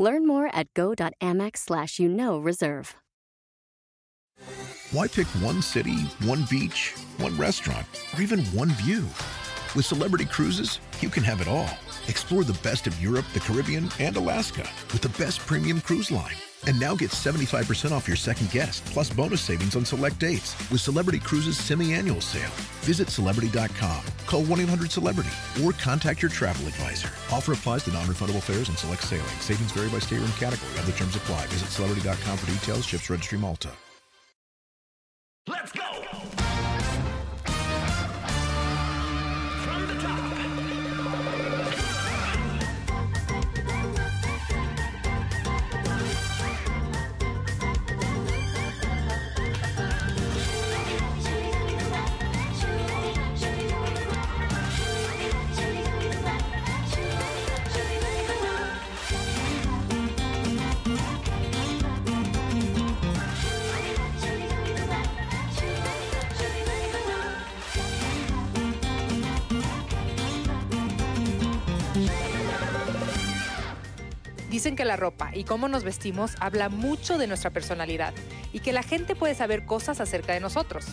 Learn more at go.amex slash you know reserve. Why pick one city, one beach, one restaurant, or even one view? With Celebrity Cruises, you can have it all. Explore the best of Europe, the Caribbean, and Alaska with the best premium cruise line. And now get 75% off your second guest, plus bonus savings on select dates with Celebrity Cruises semi-annual sale. Visit celebrity.com, call 1-800-CELEBRITY, or contact your travel advisor. Offer applies to non-refundable fares and select sailing. Savings vary by state and category. Other terms apply. Visit celebrity.com for details. Ships registry Malta. Let's go! From the top. Dicen que la ropa y cómo nos vestimos habla mucho de nuestra personalidad y que la gente puede saber cosas acerca de nosotros.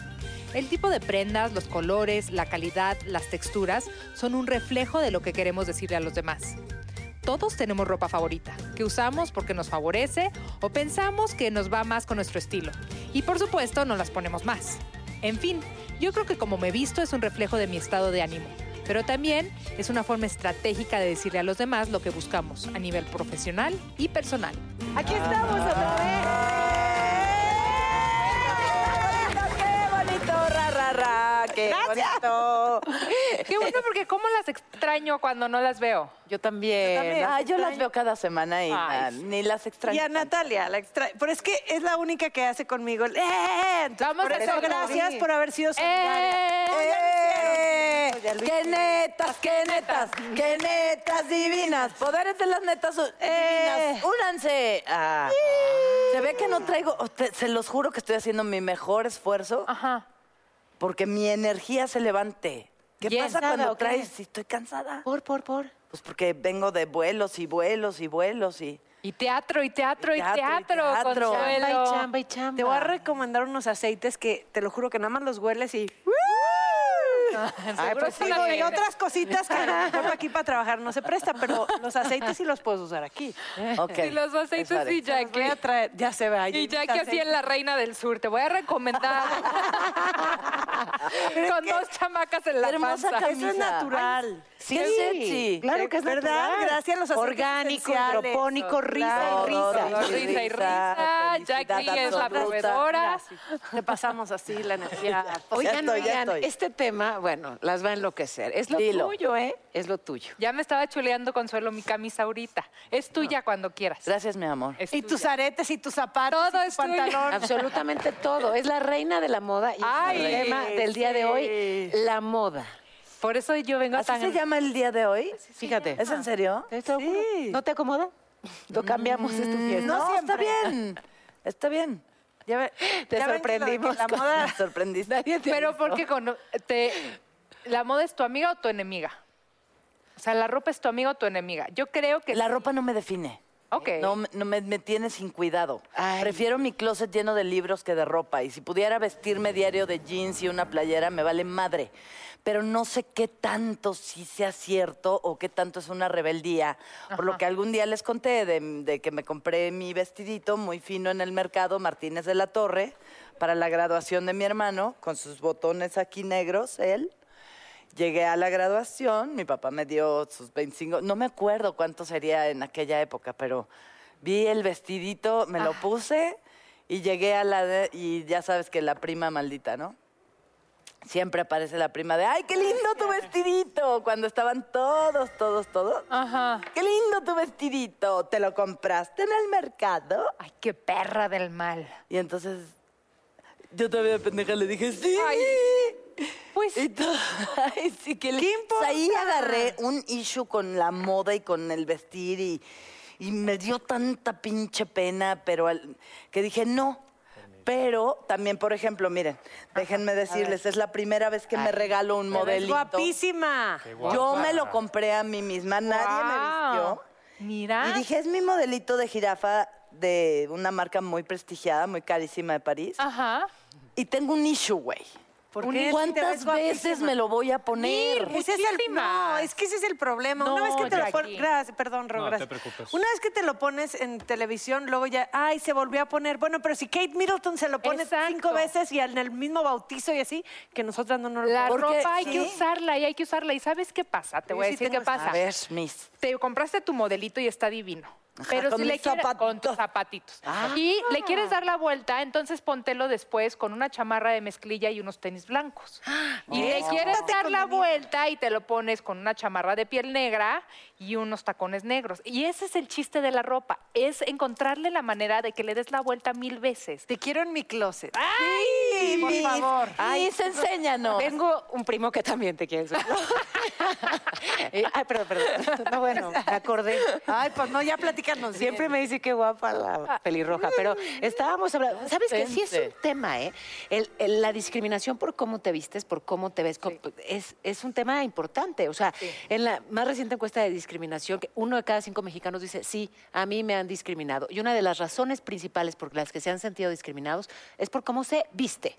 El tipo de prendas, los colores, la calidad, las texturas son un reflejo de lo que queremos decirle a los demás. Todos tenemos ropa favorita, que usamos porque nos favorece o pensamos que nos va más con nuestro estilo. Y por supuesto, no las ponemos más. En fin, yo creo que como me visto es un reflejo de mi estado de ánimo, pero también es una forma estratégica de decirle a los demás lo que buscamos a nivel profesional y personal. Aquí estamos otra vez. ¡Qué bonito, qué bonito, ra, ra, ra! ¡Qué bonito! Qué bueno, porque cómo las extraño cuando no las veo. Yo también. Yo también. Ay, Eh, yo las veo cada semana y Ay, na- ni las extraño. Y a Natalia, la extra... pero es que es la única que hace conmigo el... ¡Eh! Entonces, Vamos por a eso, hacerlo. gracias por haber sido solidaria. ¡Eh! ¡Eh! Oye, Luis. ¡Qué netas, qué netas, qué netas divinas! Poderes de las netas u- Eh. divinas. ¡Únanse! Ah. Se ve que no traigo, o te- se los juro que estoy haciendo mi mejor esfuerzo Ajá. porque mi energía se levante. ¿Qué Yes. pasa ¿Cansada cuando o qué? traes si estoy cansada? Por, por, por. Pues porque vengo de vuelos y vuelos y vuelos y... Y teatro, y teatro, y Y teatro, teatro, y teatro. Consuelo. Chamba Te voy a recomendar unos aceites que te lo juro que nada más los hueles y... Seguro Pues es una digo, y leyenda. otras cositas que a lo mejor aquí para trabajar no se presta, pero los aceites sí los puedes usar aquí. Ok. Y los Les aceites haré. y Los voy a Jackie. traer, ya se ve ahí. Y Jackie ¿eh? así en La Reina del Sur. Te voy a recomendar. Con dos chamacas en la Hermosa panza. camisa. Eso es natural. Sí, qué sexy. Claro que es ¿Verdad? natural. Gracias a los aceites Orgánico, esenciales. hidropónico, risa Todo, y risa. Todo, risa y risa y risa, risa. Jackie felicidad es la absoluta. proveedora. Te pasamos así la energía. Oigan, estoy, ya oigan, estoy. este tema, bueno, las va a enloquecer. Es lo Dilo. tuyo, ¿eh? Es lo tuyo. Ya me estaba chuleando Consuelo mi camisa ahorita. Es tuya cuando quieras. Gracias, mi amor. Es Y tuya. tus aretes y tus zapatos Todo y es tu tuyo. pantalón. Absolutamente todo. Es la reina de la moda y es Ay, el tema del día de hoy, la moda. Por eso yo vengo ¿Así tan... se llama el día de hoy? Fíjate. ¿Es en serio? Te lo juro. ¿No te acomoda? Lo cambiamos Mm, es tu fiesta. No, está bien. Está bien. Ya ve- Te ya ven que lo de que sorprendimos. La con- moda. Me sorprendiste. Nadie te Pero avisó. porque con, te, la moda es tu amiga o tu enemiga. O sea, la ropa es tu amiga o tu enemiga. Yo creo que... La ropa no me define. Ok. No, me- no me, me tiene sin cuidado. Ay. Prefiero mi closet lleno de libros que de ropa. Y si pudiera vestirme diario de jeans y una playera, me vale madre. Pero no sé qué tanto sí sea cierto o qué tanto es una rebeldía. Por lo que algún día les conté de, de que me compré mi vestidito muy fino en el mercado Martínez de la Torre para la graduación de mi hermano, con sus botones aquí negros, él. Llegué a la graduación, mi papá me dio sus 25, no me acuerdo cuánto sería en aquella época, pero vi el vestidito, me lo Ah. puse y llegué a la de- y ya sabes que la prima maldita, ¿no? siempre aparece la prima de, ay, qué lindo tu vestidito, cuando estaban todos, todos, todos. Ajá. Qué lindo tu vestidito, te lo compraste en el mercado. Mm. Ay, qué perra del mal. Y entonces yo todavía de pendeja le dije, sí. Ay, Pues Y todo, ay, sí, que le- ¿Qué O sea, Pues Ahí importa? agarré un issue con la moda y con el vestir y, y me dio tanta pinche pena, pero al- que dije, no. Pero también, por ejemplo, miren, déjenme decirles, es la primera vez que me regalo un modelito. Guapísima. Yo me lo compré a mí misma, nadie me wow. vistió. Mira. Y dije, es mi modelito de jirafa de una marca muy prestigiada, muy carísima de París. Ajá. Y tengo un issue, güey. Ah. ¿Por qué? ¿Cuántas Te ves veces guapísima. me lo voy a poner? Ese es el, no, Muchísimas. es que ese es el problema. No, una vez que te lo Jackie. pones, gracias, perdón, Ro, No, te gracias. preocupes. Una vez que te lo pones en televisión, luego ya, ay, se volvió a poner. Bueno, pero si Kate Middleton se lo pone Exacto. cinco veces y en el mismo bautizo y así, que nosotras no nos lo La ponemos. ropa hay sí. que usarla y hay que usarla. ¿Y sabes qué pasa? Te Yo voy a sí decir qué tengo esa- pasa. A ver, Miss. Te compraste tu modelito y está divino. Ajá, Pero con si le mis quieres zapatos. con tus zapatitos. Ah. Y le quieres dar la vuelta, entonces póntelo después con una chamarra de mezclilla y unos tenis blancos. Ah, Y le quieres dar la vuelta y te lo pones con una chamarra de piel negra y unos tacones negros. Y ese es el chiste de la ropa, es encontrarle la manera de que le des la vuelta mil veces. Te quiero en mi closet. Sí, por favor. Ay, se enséñanos. Tengo un primo que también te quiere enseñar. Eh, Ay, perdón, perdón. No, bueno, me acordé. Ay, pues no, ya platícanos. Siempre me dice qué guapa la pelirroja, pero estábamos hablando. ¿Sabes que Sí es un Vente. tema, ¿eh? El- el- la discriminación por cómo te vistes, por cómo te ves, com- es, es un tema importante. O sea, en la más reciente encuesta de discriminación, que uno de cada cinco mexicanos dice, sí, a mí me han discriminado. Y una de las razones principales por las que se han sentido discriminados es por cómo se viste.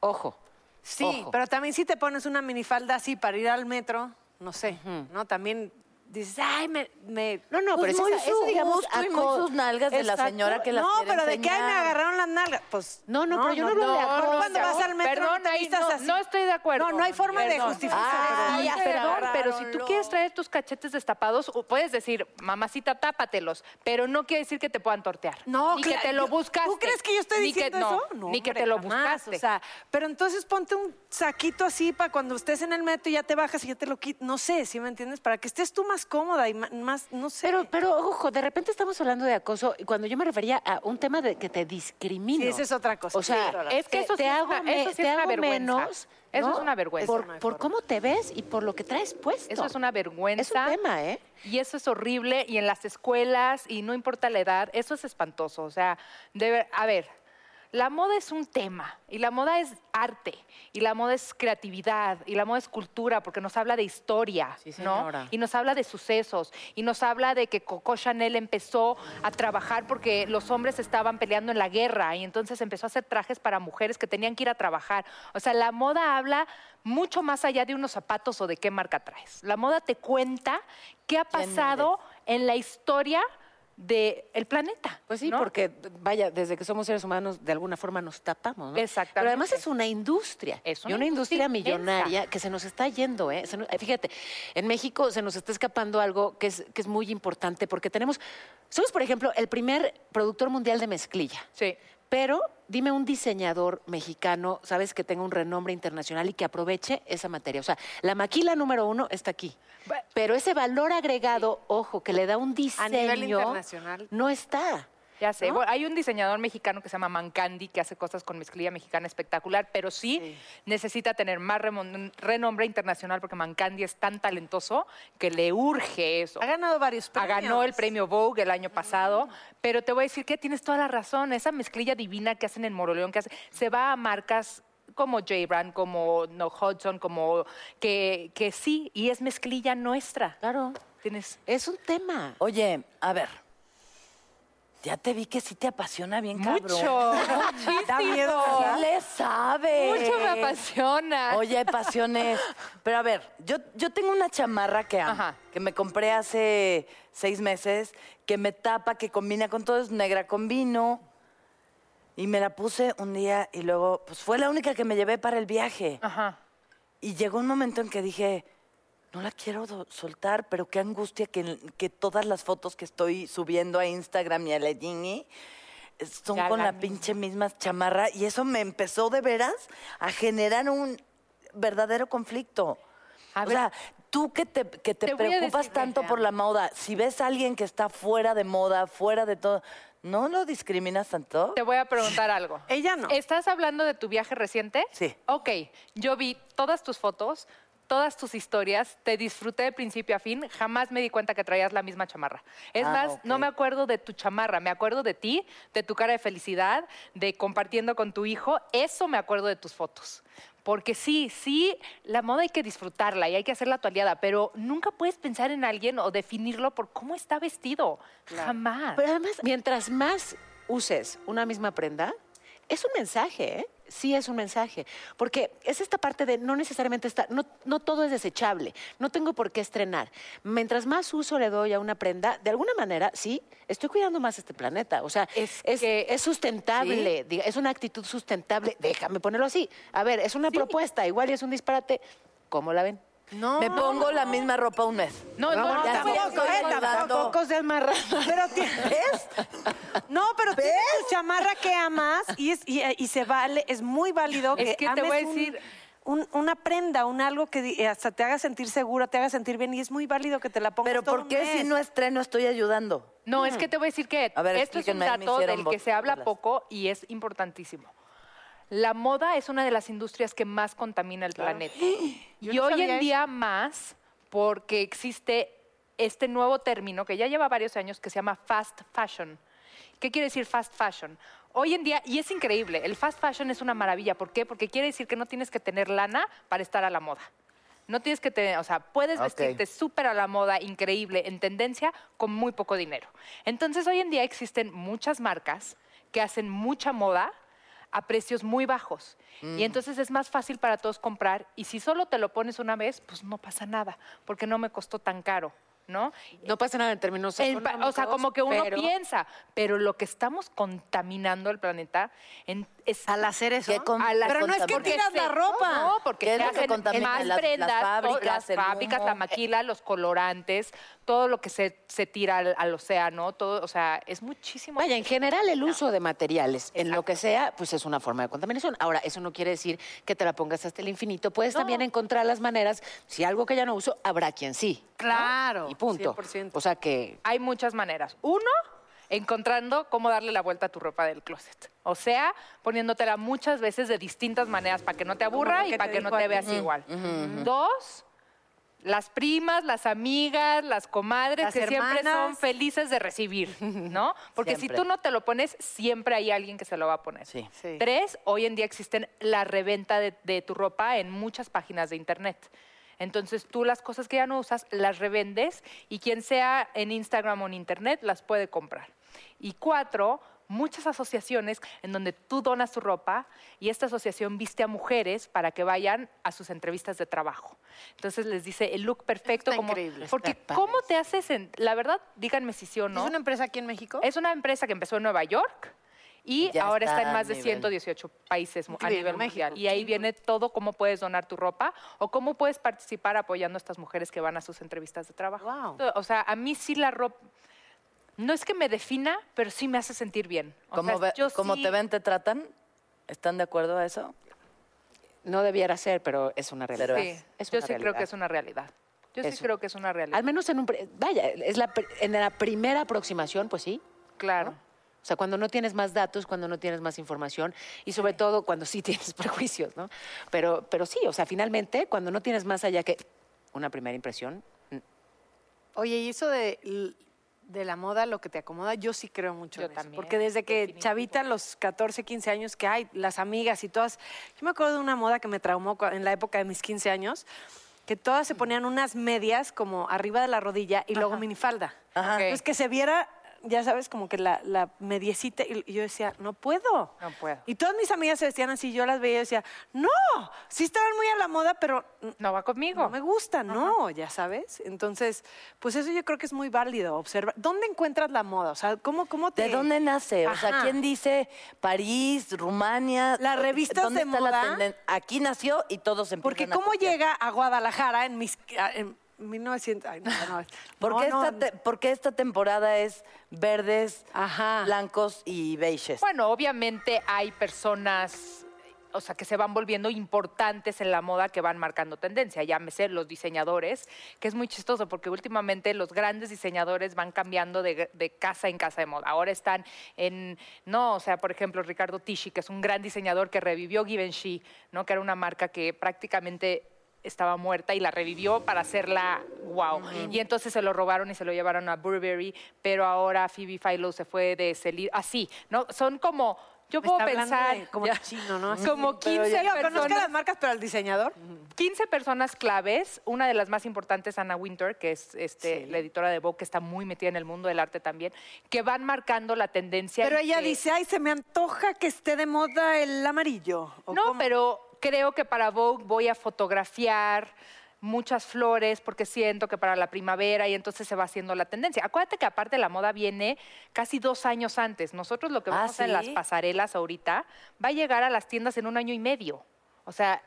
Ojo. Sí, ojo. pero también si te pones una minifalda así para ir al metro, no sé, ¿no? También dices, ay, me... me- No, no, Pues pero muy es esa- su esa, digamos, gusto y muy aco- sus nalgas de la señora que las no, quiere pero ¿de qué ay, me enseñar. agarraron las nalgas? Pues No, no, pero yo no hablo de acoso. Pero cuando vas al metro Perdón, no te ahí vistas no- así. no estoy de acuerdo. No, no hay forma de Perdón. Ah, justificar. Ay, pero- ya se Perdón, pero si tú agarraron quieres los- traer tus cachetes destapados, o puedes decir, mamacita, tápatelos, pero no quiere decir que te puedan tortear. No, ni cla- que te lo yo- buscaste. ¿Tú crees que yo estoy Ni que- diciendo no, eso? ni que hombre, te lo jamás, buscaste. O sea, pero entonces ponte un saquito así para cuando estés en el metro y ya te bajas y ya te lo quitas. No sé, ¿sí me entiendes? Para que estés tú más cómoda y ma- más, no sé. Pero, pero ojo, de repente estamos hablando de acoso y cuando yo me refería a un tema de que te discrimino. Sí, esa es otra cosa. O sea, Sí, claro. Es que te- eso te sí es hago, una- me- eso sí te es una hago vergüenza. menos. Eso ¿no? es una vergüenza. Eso no Por, hay por forma. cómo te ves y por lo que traes puesto. Eso es una vergüenza. Es un tema, ¿eh? Y eso es horrible. Y en las escuelas, y no importa la edad, eso es espantoso. O sea, de ver- a ver, la moda es un tema. Y la moda es arte. Y la moda es creatividad. Y la moda es cultura, porque nos habla de historia, Sí, ¿no? señora. Y nos habla de sucesos. Y nos habla de que Coco Chanel empezó a trabajar porque los hombres estaban peleando en la guerra. Y entonces empezó a hacer trajes para mujeres que tenían que ir a trabajar. O sea, la moda habla mucho más allá de unos zapatos o de qué marca traes. La moda te cuenta qué ha ¿Quién pasado en la historia del planeta. Pues sí, ¿no? porque, vaya, desde que somos seres humanos, de alguna forma nos tapamos, ¿no? Exactamente. Pero además es una industria. Es y una una industria industria inmensa. millonaria que se nos está yendo, ¿eh? Se nos- eh, fíjate, en México se nos está escapando algo que es, que es muy importante porque tenemos. Somos, por ejemplo, el primer productor mundial de mezclilla. Sí. Pero dime un diseñador mexicano, sabes, que tenga un renombre internacional y que aproveche esa materia. O sea, la maquila número uno está aquí. Ba- Pero ese valor agregado, ojo, que le da un diseño. A nivel internacional. No está. Ya sé, ¿No? Bueno, hay un diseñador mexicano que se llama Mancandi que hace cosas con mezclilla mexicana espectacular, pero sí, necesita tener más remon- renombre internacional porque Mancandi es tan talentoso que le urge eso. Ha ganado varios Ah, premios. ganó el premio Vogue el año pasado, pero te voy a decir que tienes toda la razón. Esa mezclilla divina que hacen en Moroleón, que hace- se va a marcas como J. Brand, como No Hudson, como que, que sí, y es mezclilla nuestra. Claro. Tienes. Es un tema. Oye, a ver. Ya te vi que sí te apasiona bien, cabrón. Mucho. Da miedo, Sí ¿verdad? le sabes. Mucho me apasiona. Eh. Oye, hay pasiones. Pero a ver, yo, yo tengo una chamarra que amo, Ajá. que me compré hace seis meses, que me tapa, que combina con todo, es negra con vino. Y me la puse un día y luego, pues fue la única que me llevé para el viaje. Ajá. Y llegó un momento en que dije, no la quiero do- soltar, pero qué angustia que, que todas las fotos que estoy subiendo a Instagram y a la Yingy son Ya con la la misma. pinche misma chamarra. Y eso me empezó de veras a generar un verdadero conflicto. A o ver. sea, tú que te, que te Te voy a preocupas decir, tanto Bea. por la moda, si ves a alguien que está fuera de moda, fuera de todo, ¿no lo discriminas tanto? Te voy a preguntar algo. Ella no. ¿Estás hablando de tu viaje reciente? Sí. Ok, yo vi todas tus fotos, todas tus historias, te disfruté de principio a fin, jamás me di cuenta que traías la misma chamarra. Es Ah, más, no ok. me acuerdo de tu chamarra, me acuerdo de ti, de tu cara de felicidad, de compartiendo con tu hijo, eso me acuerdo de tus fotos. Porque sí, sí, la moda hay que disfrutarla y hay que hacerla tu aliada, pero nunca puedes pensar en alguien o definirlo por cómo está vestido. Jamás. Pero además, mientras más uses una misma prenda, es un mensaje, ¿eh? Sí, es un mensaje. Porque es esta parte de no necesariamente está, no, no todo es desechable, no tengo por qué estrenar. Mientras más uso le doy a una prenda, de alguna manera, sí, estoy cuidando más este planeta. O sea, Es es, que- es sustentable, diga, es una actitud sustentable. Déjame ponerlo así. A ver, es una propuesta, igual y es un disparate. ¿Cómo la ven? No. Me pongo la misma ropa un mes. No, no, no, ya no, tampoco, no, ¿eh? no, no, Tampoco. Tampoco seas marrana. Pero ti- No, pero tienes tu chamarra que amas y, es, y, y se vale, es muy válido Es que, que te ames voy a un- decir- un- una prenda, un algo que di- hasta te haga sentir segura, te haga sentir bien y es muy válido que te la pongas Pero todo ¿por un qué si mes. no estreno estoy ayudando? No, es que te voy a decir que A ver, esto es un explíquenme, ahí me dato hicieron del que se habla bolas. poco y es importantísimo. La moda es una de las industrias que más contamina el planeta. Y hoy en día más porque existe este nuevo término que ya lleva varios años que se llama fast fashion. ¿Qué quiere decir fast fashion? Hoy en día, y es increíble, el fast fashion es una maravilla. ¿Por qué? Porque quiere decir que no tienes que tener lana para estar a la moda. No tienes que tener, o sea, puedes Ok. vestirte súper a la moda, increíble, en tendencia, con muy poco dinero. Entonces, hoy en día existen muchas marcas que hacen mucha moda a precios muy bajos. Y entonces es más fácil para todos comprar. Y si solo te lo pones una vez, pues no pasa nada, porque no me costó tan caro, ¿no? No pasa nada en términos En pa- o sea, económicos, como que uno pero- piensa, pero lo que estamos contaminando el planeta en- es Al hacer eso. ¿Qué con- a las- Pero no es que porque tiras se- la ropa. No, porque ¿Qué es se lo que hacen contamina? más Las- las prendas, to- fábricas, las el fábricas, humo. la maquila, los colorantes, todo lo que se, se tira al, al océano, todo, o sea, es muchísimo. Vaya, en general el uso de materiales, en lo que sea, pues es una forma de contaminación. Ahora, eso no quiere decir que te la pongas hasta el infinito. Puedes también encontrar las maneras, si algo que ya no uso, habrá quien sí. Claro. Y punto. 100%. O sea que... Hay muchas maneras. Uno, encontrando cómo darle la vuelta a tu ropa del closet. O sea, poniéndotela muchas veces de distintas maneras para que no te aburra lo y que para te que no dijo te Ale. veas igual. Dos, las primas, las amigas, las comadres Las que siempre son hermanas. felices de recibir, ¿no? Porque Siempre. si tú no te lo pones, siempre hay alguien que se lo va a poner. Sí. Sí. Tres, hoy en día existen la reventa de, de tu ropa en muchas páginas de internet. Entonces tú las cosas que ya no usas las revendes y quien sea en Instagram o en internet las puede comprar. Y cuatro, muchas asociaciones en donde tú donas tu ropa y esta asociación viste a mujeres para que vayan a sus entrevistas de trabajo. Entonces les dice el look perfecto. Está como, increíble, Porque está ¿cómo te haces? en- la verdad, díganme si sí o no. ¿Es una empresa aquí en México? Eh, Es una empresa que empezó en Nueva York y Ya ahora está está en a más de nivel. 118 países mu- a Increíble, nivel mundial. México. Y ahí viene todo cómo puedes donar tu ropa o cómo puedes participar apoyando a estas mujeres que van a sus entrevistas de trabajo. Guau. To- O sea, a mí sí la ropa... No es que me defina, pero sí me hace sentir bien. O ¿Cómo, sea, ve- yo cómo sí- te ven, te tratan? ¿Están de acuerdo a eso? No debiera ser, pero es una realidad. Sí, Es yo una sí creo que realidad. es una realidad. Yo sí Eso. creo que es una realidad. Al menos en un... pri- Vaya, es la, pr- en la primera aproximación, pues sí. Claro. O sea, cuando no tienes más datos, cuando no tienes más información y sobre todo cuando sí tienes prejuicios, ¿no? Pero, pero sí, o sea, finalmente, cuando no tienes más allá que una primera impresión, Oye, y eso de, l- de la moda, lo que te acomoda, yo sí creo mucho Yo en eso, también, Porque desde que definitivo. chavita, a los 14, 15 años que hay, las amigas y todas. Yo me acuerdo de una moda que me traumó cua- en la época de mis 15 años, que todas se ponían unas medias como arriba de la rodilla y luego minifalda. Ajá. Ok. Entonces que se viera, ya sabes, como que la, la mediecita. Y y yo decía, no puedo. No puedo. Y todas mis amigas se vestían así, yo las veía y decía, no, sí estaban muy a la moda, pero mm, No va conmigo. no me gusta, no, ya sabes. Entonces, pues eso yo creo que es muy válido observar. ¿Dónde encuentras la moda? O sea, ¿cómo, cómo te...? ¿De dónde nace? O sea, Ajá. ¿quién dice París, Rumania? Las revistas ¿Dónde de está moda. La tenden- Aquí nació y todos empiezan Porque a ¿cómo copiar. llega a Guadalajara en mis... a- En 1900... Ay, no, no. ¿Por qué, No, esta no, te- por qué esta temporada es verdes, Ajá. blancos y beiges? Bueno, obviamente hay personas o sea, que se van volviendo importantes en la moda, que van marcando tendencia. Llámese los diseñadores, que es muy chistoso porque últimamente los grandes diseñadores van cambiando de, de casa en casa de moda. Ahora están en, no, o sea, por ejemplo, Ricardo Tisci, que es un gran diseñador que revivió Givenchy, ¿no? que era una marca que prácticamente estaba muerta y la revivió para hacerla wow. Y entonces se lo robaron y se lo llevaron a Burberry, pero ahora Phoebe Philo se fue de Celine, así, ¿no? Son como yo Me puedo está hablando pensar de- como ya, chino, ¿no? Así, como pero 15 yo- Digo, personas. conozco las marcas, pero al diseñador. 15 personas claves, una de las más importantes, Anna Winter, que es este, la editora de Vogue, que está muy metida en el mundo del arte también, que van marcando la tendencia. Pero y ella que- dice, ay, se me antoja que esté de moda el amarillo. ¿o No, cómo? pero creo que para Vogue voy a fotografiar muchas flores porque siento que para la primavera y entonces se va haciendo la tendencia. Acuérdate que aparte la moda viene casi dos años antes. Nosotros lo que Ah, vemos en las ¿sí? pasarelas ahorita va a llegar a las tiendas en un año y medio. O sea,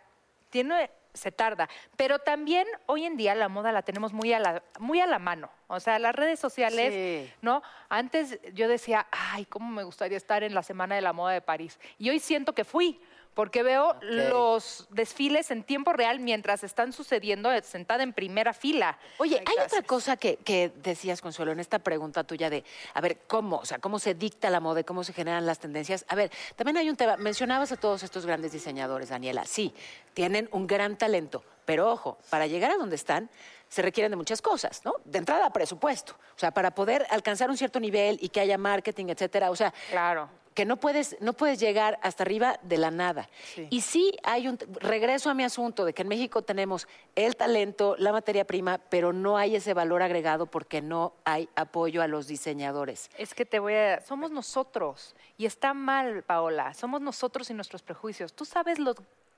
tiene, se tarda. Pero también hoy en día la moda la tenemos muy a la, muy a la mano. O sea, las redes sociales, Sí. ¿no? Antes yo decía, ay, cómo me gustaría estar en la Semana de la Moda de París. Y hoy siento que fui, porque veo los desfiles en tiempo real mientras están sucediendo eh, sentada en primera fila. Oye, hay otra gracias. cosa que, que decías, Consuelo, en esta pregunta tuya de, a ver, ¿cómo? O sea, ¿cómo se dicta la moda y cómo se generan las tendencias? A ver, también hay un tema, mencionabas a todos estos grandes diseñadores, Daniela, sí, tienen un gran talento, pero ojo, para llegar a donde están se requieren de muchas cosas, ¿no? De entrada, presupuesto. O sea, para poder alcanzar un cierto nivel y que haya marketing, etcétera. O sea, Claro. que no puedes, no puedes llegar hasta arriba de la nada. Y sí hay un, regreso a mi asunto de que en México tenemos el talento, la materia prima, pero no hay ese valor agregado porque no hay apoyo a los diseñadores. Es que te voy a... Somos nosotros. Y está mal, Paola. Somos nosotros y nuestros prejuicios. Tú sabes los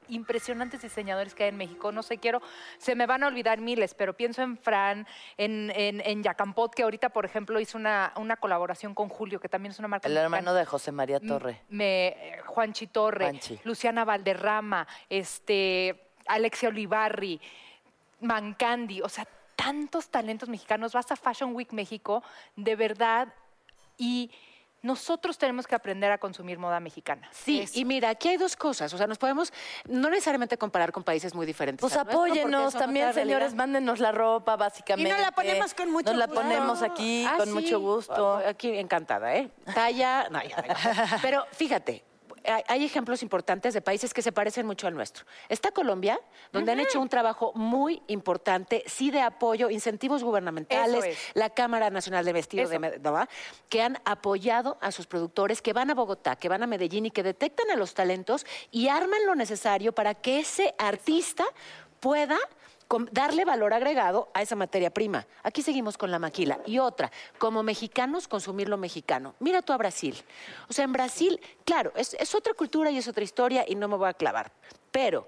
impresionantes diseñadores que hay en México. No sé, quiero... Se me van a olvidar miles, pero pienso en Fran, en, en, en Yacampot, que ahorita, por ejemplo, hizo una, una colaboración con Julio, que también es una marca El mexicana. hermano de José María mm, Torre. me, eh, Juanchi Torre, Juanchi. Luciana Valderrama, este, Alexia Olivarri, Mancandi, o sea, tantos talentos mexicanos. Vas a Fashion Week México, de verdad, y nosotros tenemos que aprender a consumir moda mexicana. Sí, y mira, aquí hay dos cosas. O sea, nos podemos no necesariamente comparar con países muy diferentes. Pues al nuestro, porque apóyenos es otra también, realidad. señores, mándenos la ropa, básicamente. Y nos la ponemos con mucho Nos la gusto. ponemos aquí Ah, con sí. mucho gusto. Ah, Aquí encantada, ¿eh? Talla, no, ya, ya. Pero fíjate, hay, hay ejemplos importantes de países que se parecen mucho al nuestro. Está Colombia, donde han hecho un trabajo muy importante, sí de apoyo, incentivos gubernamentales, Eso es. la Cámara Nacional de Vestido, Eso. de, Med- ¿verdad? que han apoyado a sus productores, que van a Bogotá, que van a Medellín y que detectan a los talentos y arman lo necesario para que ese artista pueda com- darle valor agregado a esa materia prima. Aquí seguimos con la maquila. Y otra, como mexicanos, consumir lo mexicano. Mira tú a Brasil. O sea, en Brasil, claro, es, es otra cultura y es otra historia y no me voy a clavar. Pero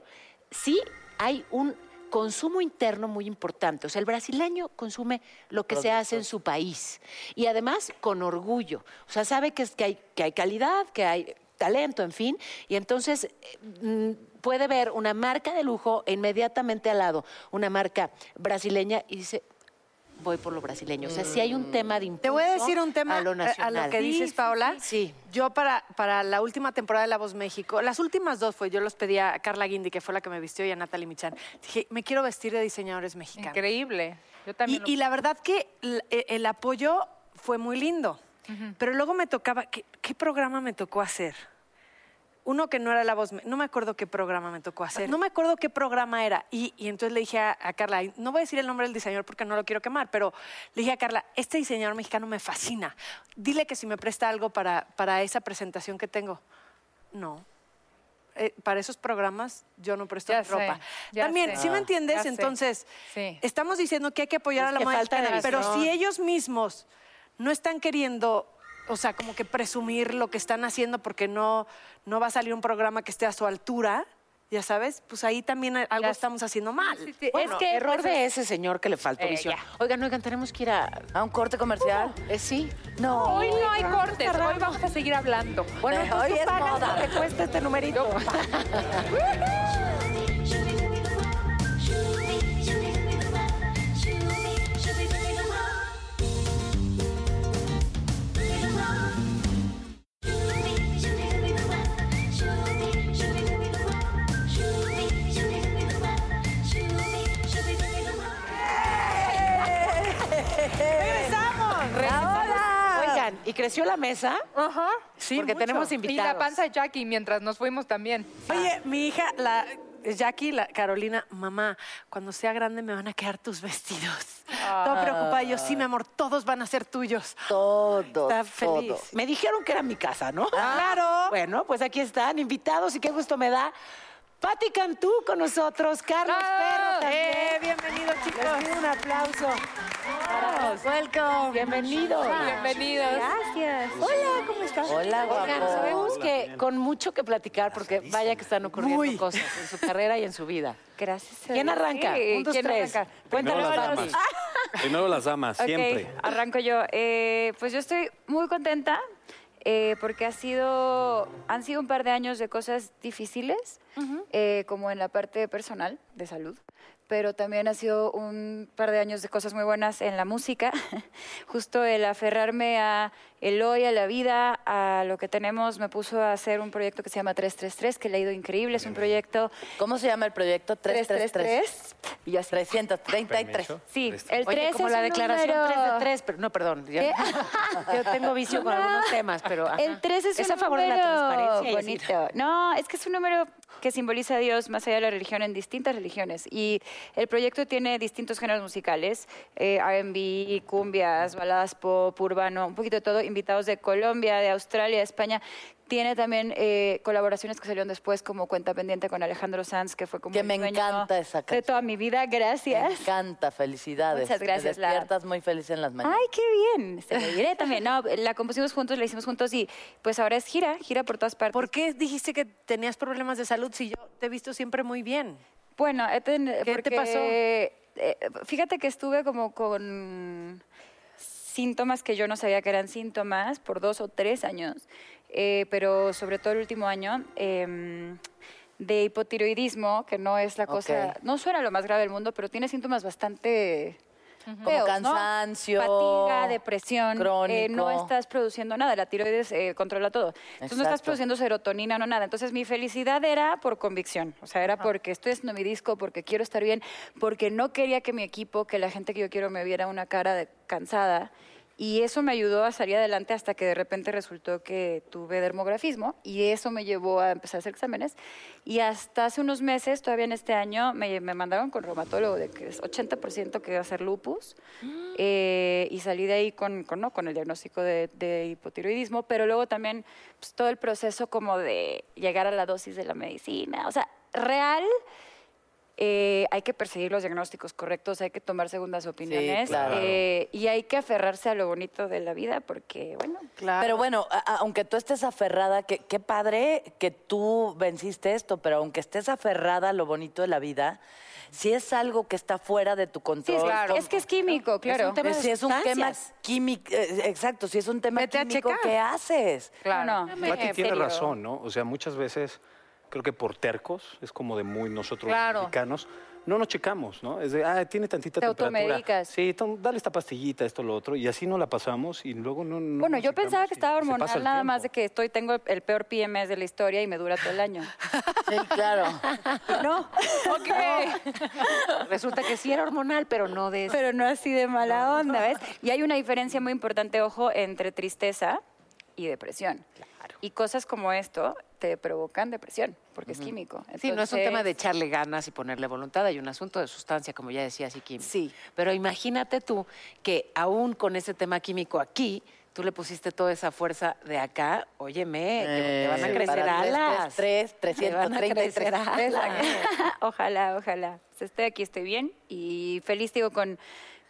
sí hay un consumo interno muy importante. O sea, el brasileño consume lo que se hace en su país. Y además con orgullo. O sea, sabe que, es- que, hay, que hay calidad, que hay talento, en fin. Y entonces eh, mm, puede ver una marca de lujo e inmediatamente al lado, una marca brasileña, y dice, voy por lo brasileño. O sea, sí hay un tema de impulso Te voy a decir un tema eh, a lo a, a nacional. lo que dices, Paola. Sí. Yo para, para la última temporada de La Voz México, las últimas dos fue, yo los pedí a Carla Guindy, que fue la que me vistió, y a Natalie Michan. Dije, me quiero vestir de diseñadores mexicanos. Increíble. Yo Y, también. lo- y la verdad que l- e- el, apoyo fue muy lindo. Pero luego me tocaba, ¿qué, qué programa me tocó hacer? Uno que no era la voz, Me- no me acuerdo qué programa me tocó hacer, no me acuerdo qué programa era. Y, y entonces le dije a, a Carla, ay, no voy a decir el nombre del diseñador porque no lo quiero quemar, pero le dije a Carla, este diseñador mexicano me fascina, dile que si me presta algo para, para esa presentación que tengo. No. Eh, para esos programas yo no presto Ya mi ropa. sé, ya También, sé. ¿sí me Ah. entiendes? Ya sé. Entonces, Sí. estamos diciendo que hay que apoyar Es a la que moda falta de mexicana, pero visión. si ellos mismos no están queriendo, o sea, como que presumir lo que están haciendo porque no, no va a salir un programa que esté a su altura, ya sabes, pues ahí también algo Ya sé. estamos haciendo mal. Sí, sí, Bueno, es que error pues, de ese señor que le faltó Eh, visión. ya. Oigan, oigan, tenemos que ir a... ¿A un corte comercial? Eh, sí. No. Hoy no hay cortes, hoy vamos a seguir hablando. Bueno, Bueno, hoy tú es pagas moda. lo que cuesta este numerito. Show me, show me who you are. creció la mesa, Ajá. Sí, porque mucho. tenemos Y invitados. la panza de Jackie mientras nos fuimos también. Oye, mi hija, la Jackie, la Carolina, mamá, cuando sea grande me van a quedar tus vestidos. Ah. Estaba preocupada. Yo, sí, mi amor, todos van a ser tuyos. Todo, Está feliz. todo. Me dijeron que era mi casa, ¿no? claro. Bueno, pues aquí están invitados y qué gusto me da. Pati Cantú con nosotros, Carlos Perro también. Eh, bienvenidos, Les chicos. pido un aplauso. Welcome. Bienvenido. Bienvenidos. Gracias. Hola, ¿cómo estás? Hola, Oigan, guapo. sabemos que con mucho que platicar porque vaya que están ocurriendo Muy. cosas en su carrera y en su vida. Gracias. a ¿Quién Dios. arranca? Sí, Un, dos, ¿quién tres. arranca? Cuéntanos, Primero las Pati. damas. Primero las damas, Ok, siempre. arranco yo. Eh, pues yo estoy muy contenta eh, porque ha sido, han sido un par de años de cosas difíciles, eh, como en la parte personal, de salud, pero también ha sido un par de años de cosas muy buenas en la música. Justo el aferrarme a el hoy, a la vida, a lo que tenemos, me puso a hacer un proyecto que se llama 333, que le ha ido increíble. Es un proyecto ¿Cómo se llama el proyecto? 333. 333. Y yo así. 333. Sí, Tres. el 3 Oye, como es la un declaración número- 3 de 3, pero no, perdón. ya- ¿Qué? yo tengo vicio con No. algunos temas, pero. ajá. El 3 es, Esa un favor de número la transparencia. y así. bonito. No, es que es un número que simboliza a Dios más allá de la religión en distintas religiones. Y el proyecto tiene distintos géneros musicales, eh, R&B, cumbias, baladas pop, urbano, un poquito de todo. Invitados de Colombia, de Australia, de España. Tiene también eh, colaboraciones que salieron después, como Cuenta Pendiente con Alejandro Sanz, que fue como Que el me dueño encanta esa de canción. toda mi vida. Me Gracias. encanta, felicidades. Muchas gracias, Me Lara. despiertas muy feliz en las mañanas. Ay, qué bien. Se lo diré también. No, la compusimos juntos, la hicimos juntos y pues ahora es gira, gira por todas partes. ¿Por qué dijiste que tenías problemas de salud si yo te he visto siempre muy bien? Bueno, he ten- te porque, pasó? eh, fíjate que estuve como con síntomas que yo no sabía que eran síntomas por dos o tres años, eh, pero sobre todo el último año em, de hipotiroidismo, que no es la cosa, Ok. no suena lo más grave del mundo, pero tiene síntomas bastante Como feos, ¿no? cansancio. Fatiga, depresión, eh, no crónico. estás produciendo nada, la tiroides eh, controla todo. Entonces no estás Exacto. produciendo serotonina, no nada. Entonces mi felicidad era por convicción, o sea, era porque estoy haciendo mi disco, porque quiero estar bien, porque no quería que mi equipo, que la gente que yo quiero me viera una cara de- cansada. Y eso me ayudó a salir adelante hasta que de repente resultó que tuve dermografismo y eso me llevó a empezar a hacer exámenes. Y hasta hace unos meses, todavía en este año, me, me mandaron con reumatólogo de que es 80% que va a ser lupus. Eh, y salí de ahí con, con, ¿no? con el diagnóstico de, de hipotiroidismo, pero luego también pues, todo el proceso como de llegar a la dosis de la medicina. O sea, real, eh, hay que perseguir los diagnósticos correctos, hay que tomar segundas opiniones claro. eh, y hay que aferrarse a lo bonito de la vida porque, bueno, Claro. Pero bueno, a- a- aunque tú estés aferrada, que- qué padre que tú venciste esto, pero aunque estés aferrada a lo bonito de la vida, si es algo que está fuera de tu sí, control, es, que- como- es que es químico, claro. un tema Eh, de si es un tema sustancias. químico, eh, exacto, si es un tema Vete a químico, checar. ¿qué haces? Claro. No, Pati tiene serio. razón, ¿no? O sea, muchas veces creo que por tercos, es como de muy nosotros Claro. mexicanos, no nos checamos, ¿no? Es de, ah, tiene tantita Te temperatura. automedicas. Sí, tom- dale esta pastillita, esto, lo otro, y así no la pasamos y luego no... no Bueno, nos yo checamos pensaba que y estaba se pasa hormonal el nada más de tiempo. que estoy tengo el- el peor PMS de la historia y me dura todo el año. Sí, claro. No. Resulta que sí era hormonal, pero no de. Pero no así de mala onda, ¿ves? Y hay una diferencia muy importante, ojo, entre tristeza y depresión. Y cosas como esto te provocan depresión, porque es químico. Sí, no es un tema de Entonces, echarle ganas y ponerle voluntad, hay un asunto de sustancia, como ya decía así Kim. Sí. Pero imagínate tú que aún con ese tema químico aquí, tú le pusiste toda esa fuerza de acá, óyeme, que te van a Eh, crecer para tres, alas. tres, tres, Te van a 333. crecer alas. ojalá, ojalá. Pues Estoy aquí, estoy bien y feliz, digo, con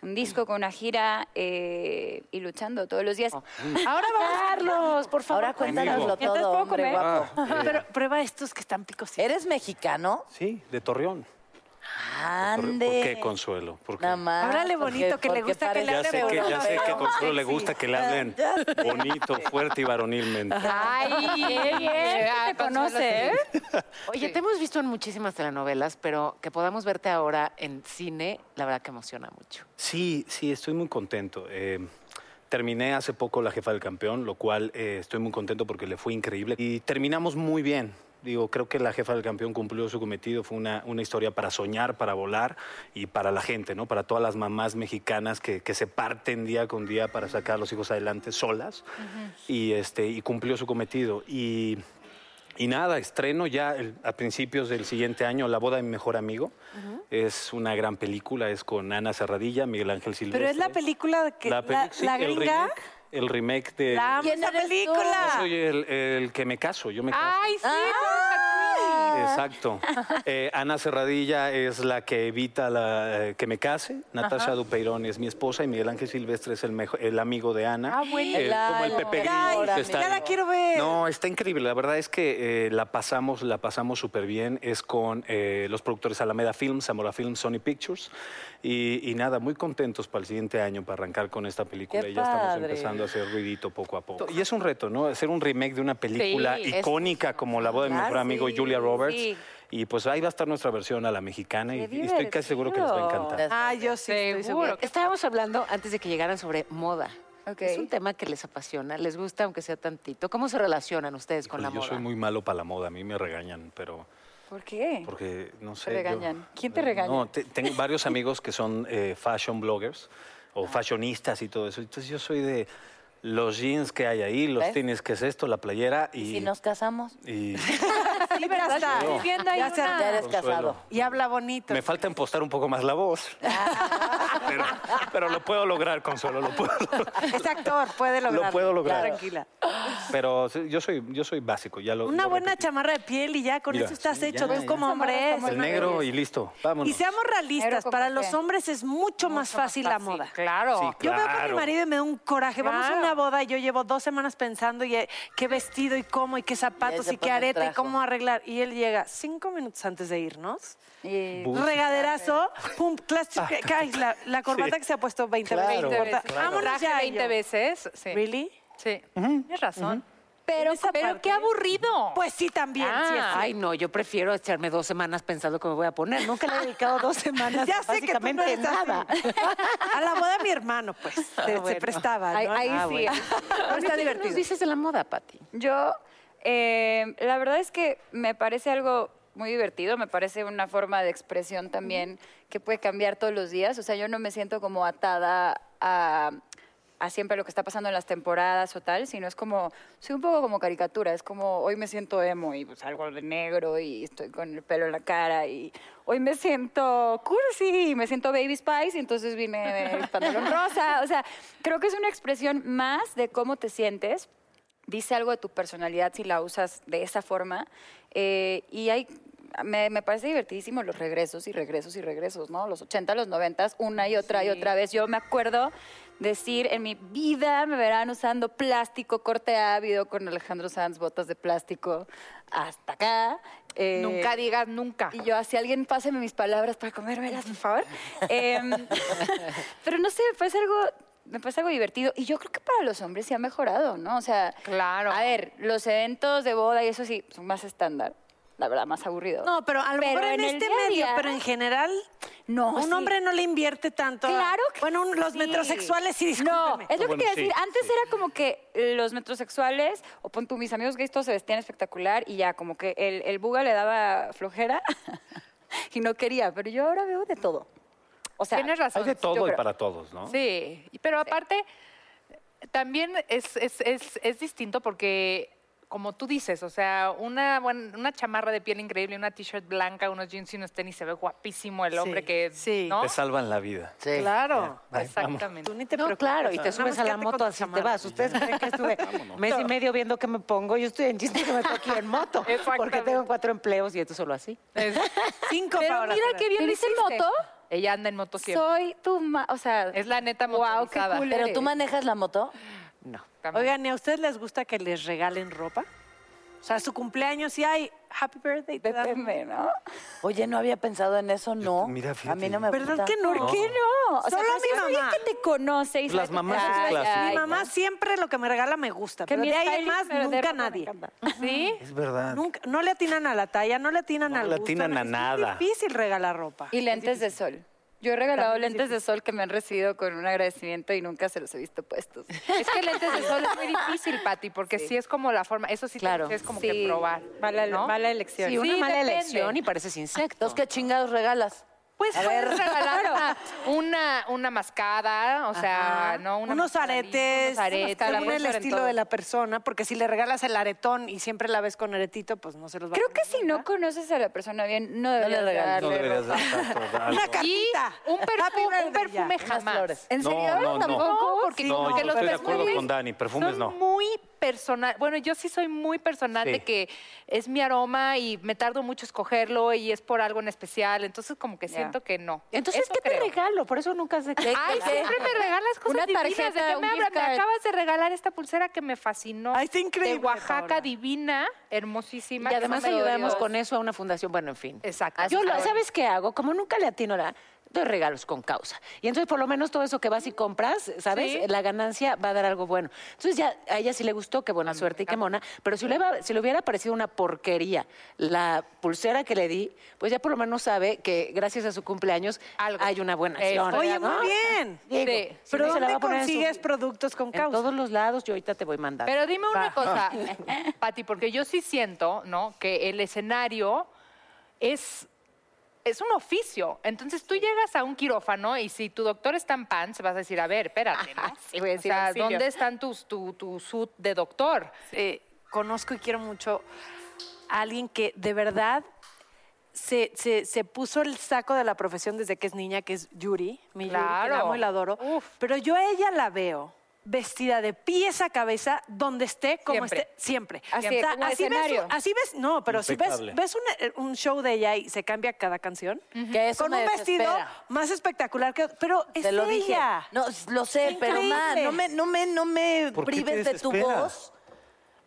un disco, con una gira eh, y luchando todos los días. Ahora vamos, Carlos, por favor. Ahora cuéntanoslo Mientras todo, puedo hombre comer. guapo. Ah, eh, Pero prueba estos que están picositos. ¿Eres mexicano? Sí, de Torreón. Torreón. Ande. ¿Por qué, Consuelo? ¿Por qué? Nada más. Háblale porque- bonito, que le porque gusta que le Ya hable sé que, ya bonito. sé que a Consuelo le gusta que le hablen Ya sé. bonito, fuerte y varonilmente. Ay, te conoce, ¿eh? Oye, te hemos visto en muchísimas telenovelas, pero que podamos verte ahora en cine, la verdad que emociona mucho. Sí, sí, estoy muy contento. Eh, terminé hace poco la jefa del campeón, lo cual eh, estoy muy contento porque le fue increíble. Y terminamos muy bien. Digo, creo que la jefa del campeón cumplió su cometido. Fue una, una historia para soñar, para volar y para la gente, ¿no? Para todas las mamás mexicanas que, que se parten día con día para sacar a los hijos adelante solas. y, este, y cumplió su cometido. Y y nada, estreno ya el- a principios del siguiente año La boda de mi mejor amigo. Es una gran película, es con Ana Cerradilla, Miguel Ángel Silvestre. Pero es la película que la, La peli- sí, la el gringa. remake- El remake, de... La amo ¿Quién esa eres tú? película. Ah. Yo soy el, el que me caso, yo me caso. ¡Ay, sí! Exacto. Eh, Ana Cerradilla es la que evita la, eh, que me case. Natasha Dupeirón es mi esposa y Miguel Ángel Silvestre es el, mejo- el amigo de Ana. Ah, bueno. Eh, como el Claro. Pepe Grillo, Ay, que ya está- la quiero ver. No, está increíble. La verdad es que eh, la pasamos, la pasamos súper bien. Es con eh, los productores Alameda Films, Zamora Films, Sony Pictures. Y, y nada, muy contentos para el siguiente año, para arrancar con esta película. ¡Qué y ya estamos padre! empezando a hacer ruidito poco a poco. Y es un reto, ¿no? Hacer un remake de una película Sí, es- icónica como La boda de mi mejor Ah, amigo sí, Julia Roberts. sí. Y pues ahí va a estar nuestra versión a la mexicana y, Qué y estoy casi seguro que les va a divertido. encantar. Ah, yo sí. Seguro. estoy segura. Estábamos hablando antes de que llegaran sobre moda. Ok. Es un tema que les apasiona, les gusta aunque sea tantito. ¿Cómo se relacionan ustedes con la Híjole, yo moda? soy muy malo para la moda, a mí me regañan, pero ¿Por qué? porque no sé. Te yo- regañan. ¿Quién te eh, regaña? No, te- tengo varios amigos que son eh, fashion bloggers o fashionistas y todo eso. Entonces yo soy de los jeans que hay ahí, los ¿Ves? tenis que es esto, la playera y. Si nos casamos, y- Sí, pero hasta- Yo. Viendo ahí Ya se- una- ya eres Consuelo. casado. Y habla bonito. me falta impostar un poco más la voz. pero, pero lo puedo lograr, Consuelo, lo puedo lograr. Este actor puede lograrlo. puedo lograr. Tranquila. Pero sí, yo soy, yo soy básico, ya lo. Una lo buena repetí. chamarra de piel y ya con Mira, eso estás sí, hecho ya, tú ya. como hombre. Esa es El una negro y belleza. listo. Vámonos. Y seamos realistas, Negro con para los café. hombres es mucho más fácil la moda. Claro. Sí, Yo veo con mi claro. marido y me da un coraje. Vamos a Claro. una boda y yo llevo dos semanas pensando y, eh, qué vestido y cómo y qué zapatos se y, qué pone el areta y traje. cómo arreglar. Y él llega cinco minutos antes de irnos. Y- Bu- Uf. Ah. Regaderazo, pum, clas- que- ay, la, la corbata que se ha puesto 20 veces. Claro, no importa. claro. Vámonos Traje ya. y 20 yo, veces. Sí. ¿Really? Sí. Tienes razón. pero, en esa pero parte- qué aburrido. Pues sí, también. sí, es Ay, no, yo prefiero echarme dos semanas pensando que me voy a poner. Nunca le he dedicado dos semanas Ya sé que tú no básicamente eres así. nada. A la boda de mi hermano, pues. Se, se bueno. prestaba. Ahí, ¿no? ahí Ah, sí. bueno. Pero está ¿Qué nos divertido. dices de la moda, Pati? Yo, eh, la verdad es que me parece algo muy divertido, me parece una forma de expresión también que puede cambiar todos los días. O sea, yo no me siento como atada a, a siempre lo que está pasando en las temporadas o tal, sino es como, soy un poco como caricatura, es como hoy me siento emo y pues algo de negro y estoy con el pelo en la cara y hoy me siento cursi y me siento baby spice y entonces vine el pantalón rosa. O sea, creo que es una expresión más de cómo te sientes dice algo de tu personalidad si la usas de esa forma. Eh, y hay, me, me parece divertidísimo los regresos y regresos y regresos, ¿no? Los 80, los 90, una y otra y otra vez. Yo me acuerdo decir, en mi vida me verán usando plástico, corte ávido con Alejandro Sanz, botas de plástico, hasta acá. Eh, Nunca digas nunca. y yo, así alguien páseme mis palabras para comérmelas, por favor. Em, pero no sé, me parece algo. Me parece algo divertido. Y yo creo que para los hombres sí ha mejorado, ¿no? O sea. Claro. A ver, los eventos de boda y eso sí son más estándar. La verdad, más aburrido. No, pero a lo mejor en, el este día a medio, día, pero en general, No, un sí. hombre no le invierte tanto. a- Claro que Bueno, un- los sí. metrosexuales sí, discúlpeme. No, es lo que Bueno, quería sí, decir. Antes sí. era como que eh, los metrosexuales, o pon tú, mis amigos gays todos se vestían espectacular y ya, como que el, el buga le daba flojera y no quería. Pero yo ahora veo de todo. O sea, Tienes razón. Hay de yo todo y creo. para todos, ¿no? Sí, y- pero aparte, también es, es- es- es distinto porque, como tú dices, o sea, una, buen- una chamarra de piel increíble, una t-shirt blanca, unos jeans y unos tenis, se ve guapísimo el hombre que... sí. ¿no? Te salvan la vida. Sí. Claro, Ay, exactamente. Tú ni te No, preocupes. claro, y te subes a la moto así te vas. Ustedes creen que estuve mes y medio viendo qué me pongo. Yo estoy en chiste que me aquí en moto. Porque Exactamente. tengo cuatro empleos y esto solo así. Cinco Pero para mira ahora. qué bien ¿Pero hice dice moto? Ella anda en moto siempre. Soy tu ma o sea, Es la neta Guau, qué motorizada. Pues, cool. ¿Pero tú manejas la moto? También. Oigan, ¿y a ustedes les gusta que les regalen ropa? O sea, su cumpleaños y hay happy birthday. te dan- depende, ¿no? Oye, no había pensado en eso, no. mira, fíjate. a mí no me gusta. ¿Verdad que no? ¿Por qué no? O sea, Solo a pero mi si es alguien mamá. que te conoce y Las sabe- mamás es Ay, clásico. ay, Mi ¿no? mamá siempre lo que me regala me gusta, pero mi de ahí styling, además pero de nunca ropa me nadie. encanta. ¿Sí? Es verdad. Nunca, no le atinan a la talla, no le atinan No al le gusto. atinan a es muy nada. difícil regalar ropa. Y lentes de sol. Yo he regalado lentes de sol que me han recibido con un agradecimiento y nunca se los he visto puestos. Es que lentes de sol es muy difícil, Pati, porque sí, es como la forma. Eso sí Claro. claro. es como Sí. que probar. Mala, ¿no? mala elección. Sí, una Sí, mala depende. elección y pareces insecto. Entonces, ¿qué chingados regalas? Pues puedes regalar una, una, una mascada, o sea, ¿no? Una unos mascadita, aretes, Unos aretes. la según puedes el usar en estilo todo. de la persona, porque si le regalas el aretón y siempre la ves con aretito, pues no se los va Creo a que poner si nunca. no conoces a la persona bien, no deberías regalas. No darle deberías ropa. dar tanto, dar Una algo. Y cartita. un perfume, un Happy birthday, ya. perfume Unas flores. jamás. ¿En No, serio? no, no. ¿Tampoco? No, porque, No, yo porque los estoy de acuerdo perfumes con Dani, perfumes son no. muy personal. Bueno, yo sí soy muy personal Sí. de que es mi aroma y me tardo mucho escogerlo y es por algo en especial. Entonces, como que Ya. siento que no. Entonces, Eso ¿qué te creo. regalo? Por eso nunca sé qué. Ay, siempre me regalas cosas Una divinas. tarjeta, ¿De qué un me, gift hablas? Me card. acabas de regalar esta pulsera que me fascinó. Ay, está increíble, De Oaxaca, Paola. divina, hermosísima. Y que además son de ayudamos Dios. con eso a una fundación, bueno, en fin. Exacto. Yo, lo- ¿sabes qué hago? Como nunca le atino la... Doy regalos con causa. Y entonces, por lo menos, todo eso que vas y compras, ¿sabes? Sí. La ganancia va a dar algo bueno. Entonces, ya a ella sí le gustó, qué buena suerte y qué mona. Pero si le, va- si le hubiera parecido una porquería la pulsera que le di, pues ya por lo menos sabe que gracias a su cumpleaños Algo. hay una buena Eso. acción. Oye, ¿no? muy bien. Digo, Sí. si Pero no se la ¿dónde va a poner en su- consigues productos con En causa? todos los lados, yo ahorita te voy mandando. Pero dime una cosa, Pati, porque yo sí siento, ¿no? Que el escenario es, es un oficio. Entonces tú llegas a un quirófano y si tu doctor está en pan, se vas a decir, a ver, espérate, ¿no? Sí, voy a o decir, sea, auxilio. "Ah, ¿dónde están tus, tu, tu suit de doctor? eh, conozco y quiero mucho a alguien que de verdad se, se- se puso el saco de la profesión desde que es niña, que es Yuri, mi Yuri, que Claro. la amo y la adoro. Uf. Pero yo a ella la veo vestida de pies a cabeza, donde esté, como Siempre. esté, siempre. Así, como así escenario. Ves, así ves, no, pero si Impecable. ves, ves un, eh, un show de ella y se cambia cada canción, Que eso con me un vestido desespera. más espectacular que... Pero es Te lo ella. dije. No, lo sé, pero ma, Increíble. no me, no me, no me ¿Por qué te prives de tu desesperas? voz.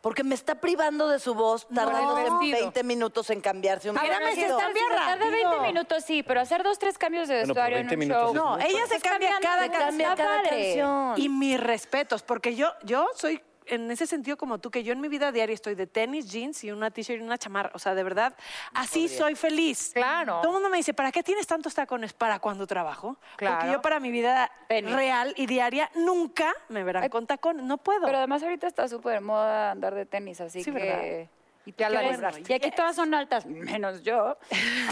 Porque me está privando de su voz, tardándose 20 minutos en cambiarse Ah, un Ahora me vestido. se cambia Tarda 20 minutos, sí, pero hacer dos, tres cambios de Bueno, pero vestuario 20 en un minutos show. es No, mucho. ella se Estás cambia cambiando cada de canción. Está Cambia cada padre. canción. Y mis respetos, porque yo, yo soy en ese sentido como tú, que yo en mi vida diaria estoy de tenis, jeans y una t-shirt y una chamarra. O sea, de verdad, así soy feliz. Claro. Todo el mundo me dice, ¿para qué tienes tantos tacones? ¿Para cuando trabajo? Claro. Porque yo para mi vida Tenis. real y diaria nunca me verán Ay, con tacones. No puedo. Pero además ahorita está súper de moda andar de tenis, así Sí, que... Eh, ¿verdad? Y, tú Ya la quieres- libraste. y aquí todas son altas, menos yo.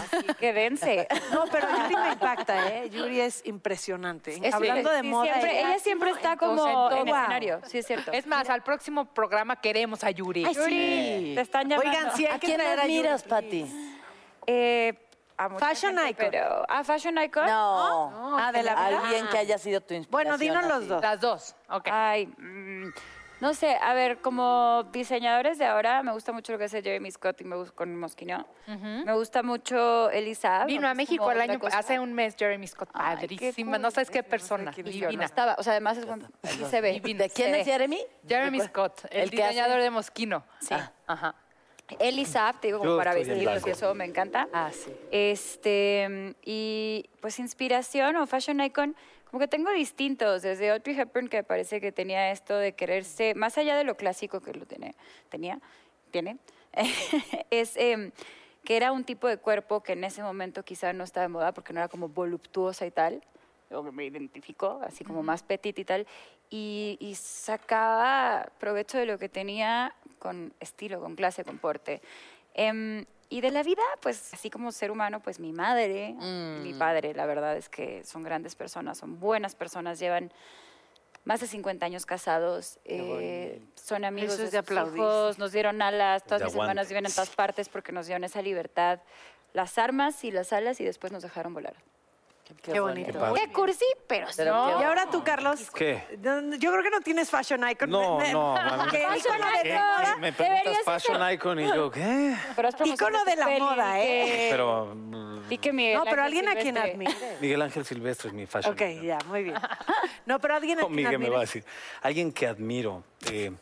Así que dense. No, pero Yuri me impacta, ¿eh? Yuri es impresionante. Es- Hablando de sí, moda. siempre- ella siempre está como en, todo. Wow. escenario. Sí, es cierto. Es más, al próximo programa queremos a Yuri. Ay, sí. Yuri, te están llamando. Oigan, sí ¿A hay que quién traer a Yuri. admiras, Pati? Eh, a mucha Fashion gente, icon. Pero, ¿A Fashion Icon? No. Ah, de la verdad. Alguien que haya sido tu Bueno, inspiración. dinos los así. dos. Las dos. Ok. Ay, mm, no sé, a ver, como diseñadores de ahora, me gusta mucho lo que hace Jeremy Scott y me gusta con Mosquino. Me gusta mucho Elisa. Vino a México el año hace un mes Jeremy Scott, Ay, padrísima, qué no sabes cool. qué persona, No divina. estaba, o sea, además es buen, sí se ve. Divina. ¿De quién Se es ve. Jeremy? Jeremy Scott, el, el que hace- diseñador de Mosquino. Ah, Sí. Ajá. Elisa, te digo, como Yo para estoy en vestirlos blanco. y eso me encanta. Ah, sí. Este, y pues inspiración o fashion icon, como que tengo distintos, desde Audrey Hepburn que parece que tenía esto de quererse, más allá de lo clásico que lo tiene, tenía, tiene, es em, que era un tipo de cuerpo que en ese momento quizá no estaba de moda porque no era como voluptuosa y tal, yo me identifico, así como más petit y tal, y, y sacaba provecho de lo que tenía con estilo, con clase, con porte. Em, y de la vida, pues así como ser humano, pues mi madre, y Mm. mi padre, la verdad es que son grandes personas, son buenas personas, llevan más de 50 años casados, eh, son amigos Eso es de, de sus aplaudir. hijos, nos dieron alas, todas De mis aguante. hermanas viven en todas partes porque nos dieron esa libertad, las armas y las alas y después nos dejaron volar. Qué bonito. padre. Qué cursi, pero, Pero no. qué Y ahora tú, Carlos. ¿Qué? No, Yo creo que no tienes fashion icon. No, no, mami. Que Fashion ícono de ¿Qué? Ahora ¿Qué? Me preguntas deberías fashion hacer- icon y yo, ¿qué? Pero has promocionado Ícono de tu la peli, moda, ¿eh? que- Pero mm, Y que Miguel No, pero Ángel alguien a quien Silvestre- admire. Miguel Ángel Silvestre es mi fashion Ok, icon. ya, muy bien. No, pero alguien a No, quien Miguel me va a admires. decir. Alguien que admiro. eh,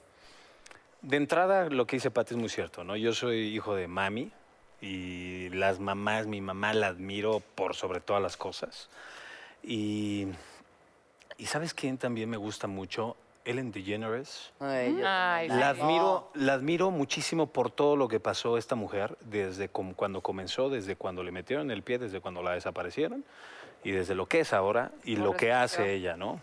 de entrada, lo que dice Pati es muy cierto, ¿no? Yo soy hijo de mami y las mamás, mi mamá la admiro por sobre todas las cosas. Y, y ¿sabes quién también me gusta mucho? Ellen DeGeneres. Ay, Mm. yo- Ay, sí. La admiro, la admiro muchísimo por todo lo que pasó esta mujer desde com- cuando comenzó, desde cuando le metieron el pie, desde cuando la desaparecieron y desde lo que es ahora y Como lo que hace reflexión. ella, ¿no?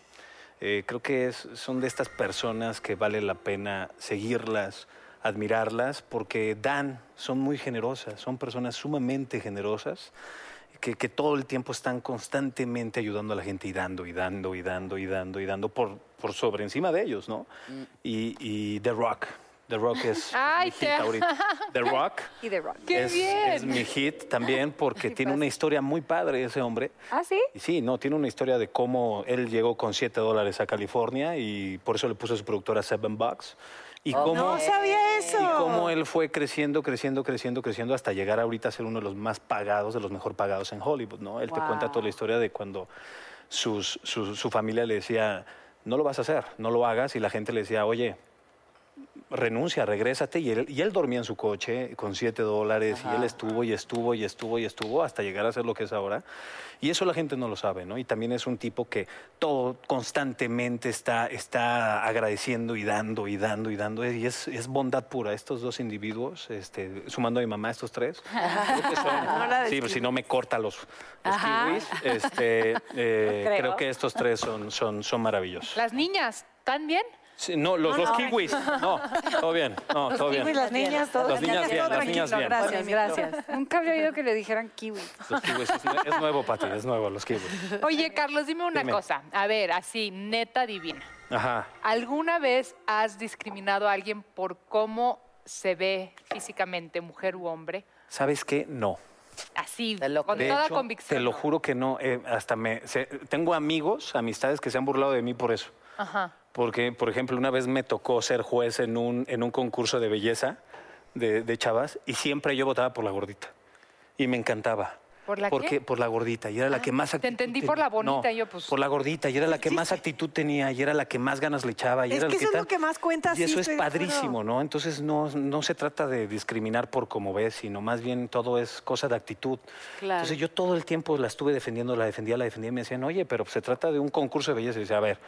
Eh, creo que es- son de estas personas que vale la pena seguirlas, admirarlas, porque dan, son muy generosas, son personas sumamente generosas, que, que todo el tiempo están constantemente ayudando a la gente y dando y dando y dando y dando y dando por, por sobre encima de ellos, ¿no? Y, y The Rock. The Rock es Ay, mi hit te- ahorita. The Rock Y The Rock. ¡Qué es, bien! es mi hit también porque tiene una historia muy padre ese hombre. ¿Ah, sí? Y sí, no, tiene una historia de cómo él llegó con 7 dólares a California y por eso le puso a su productora Seven Bucks. Y cómo, No sabía eso. y Oh. cómo él fue creciendo, creciendo, creciendo, creciendo hasta llegar ahorita a ser uno de los más pagados, de los mejor pagados en Hollywood, ¿no? Él te cuenta toda la historia de cuando sus- su, su familia le decía, no lo vas a hacer, no lo hagas, y la gente le decía, oye, renuncia, regrésate. Y él, y él dormía en su coche con 7 dólares y él estuvo y estuvo y estuvo y estuvo hasta llegar a ser lo que es ahora. Y eso la gente no lo sabe, ¿no? Y también es un tipo que todo constantemente está, está agradeciendo y dando y dando y dando. Y es, es bondad pura. Estos dos individuos, este, sumando a mi mamá, estos tres. creo que son- sí, pues, si no me corta los, los kiwis, este, eh, creo. que estos tres son, son, son maravillosos. Las niñas, ¿están bien? Sí, no, los, los kiwis. No, todo bien. No, todo bien. Pues Las niñas, todas. Las niñas bien, las niñas bien. Gracias, gracias. Nunca había oído que le dijeran kiwi. Los kiwis es, nue- es nuevo para ti, es nuevo, los kiwis. Oye, Carlos, dime una Dime. cosa. A ver, así, neta divina. Ajá. ¿Alguna vez has discriminado a alguien por cómo se ve físicamente, mujer u hombre? ¿Sabes qué? No. Así, Te lo con De toda hecho, convicción. Te lo ¿no? juro que no. eh, hasta me. se- tengo amigos, amistades que se han burlado de mí por eso. Ajá. Porque, por ejemplo, una vez me tocó ser juez en un, en un concurso de belleza de, de chavas y siempre yo votaba por la gordita. Y me encantaba. ¿Por la Porque- qué? Ah, Por la gordita. Y era la que más te actitud entendí tenía. por la bonita, No, yo, pues. Por la gordita. Y era la que más actitud tenía. Y era la que más ganas le echaba. Y Es era que la eso es lo tal. que más cuenta, Y sí, eso es estoy de acuerdo. padrísimo, ¿no? Entonces no, no se trata de discriminar por cómo ves, sino más bien todo es cosa de actitud. Entonces yo todo el tiempo la estuve defendiendo, la defendía, la defendía y me decían, oye, pero se trata de un concurso de belleza. Y dice, a ver,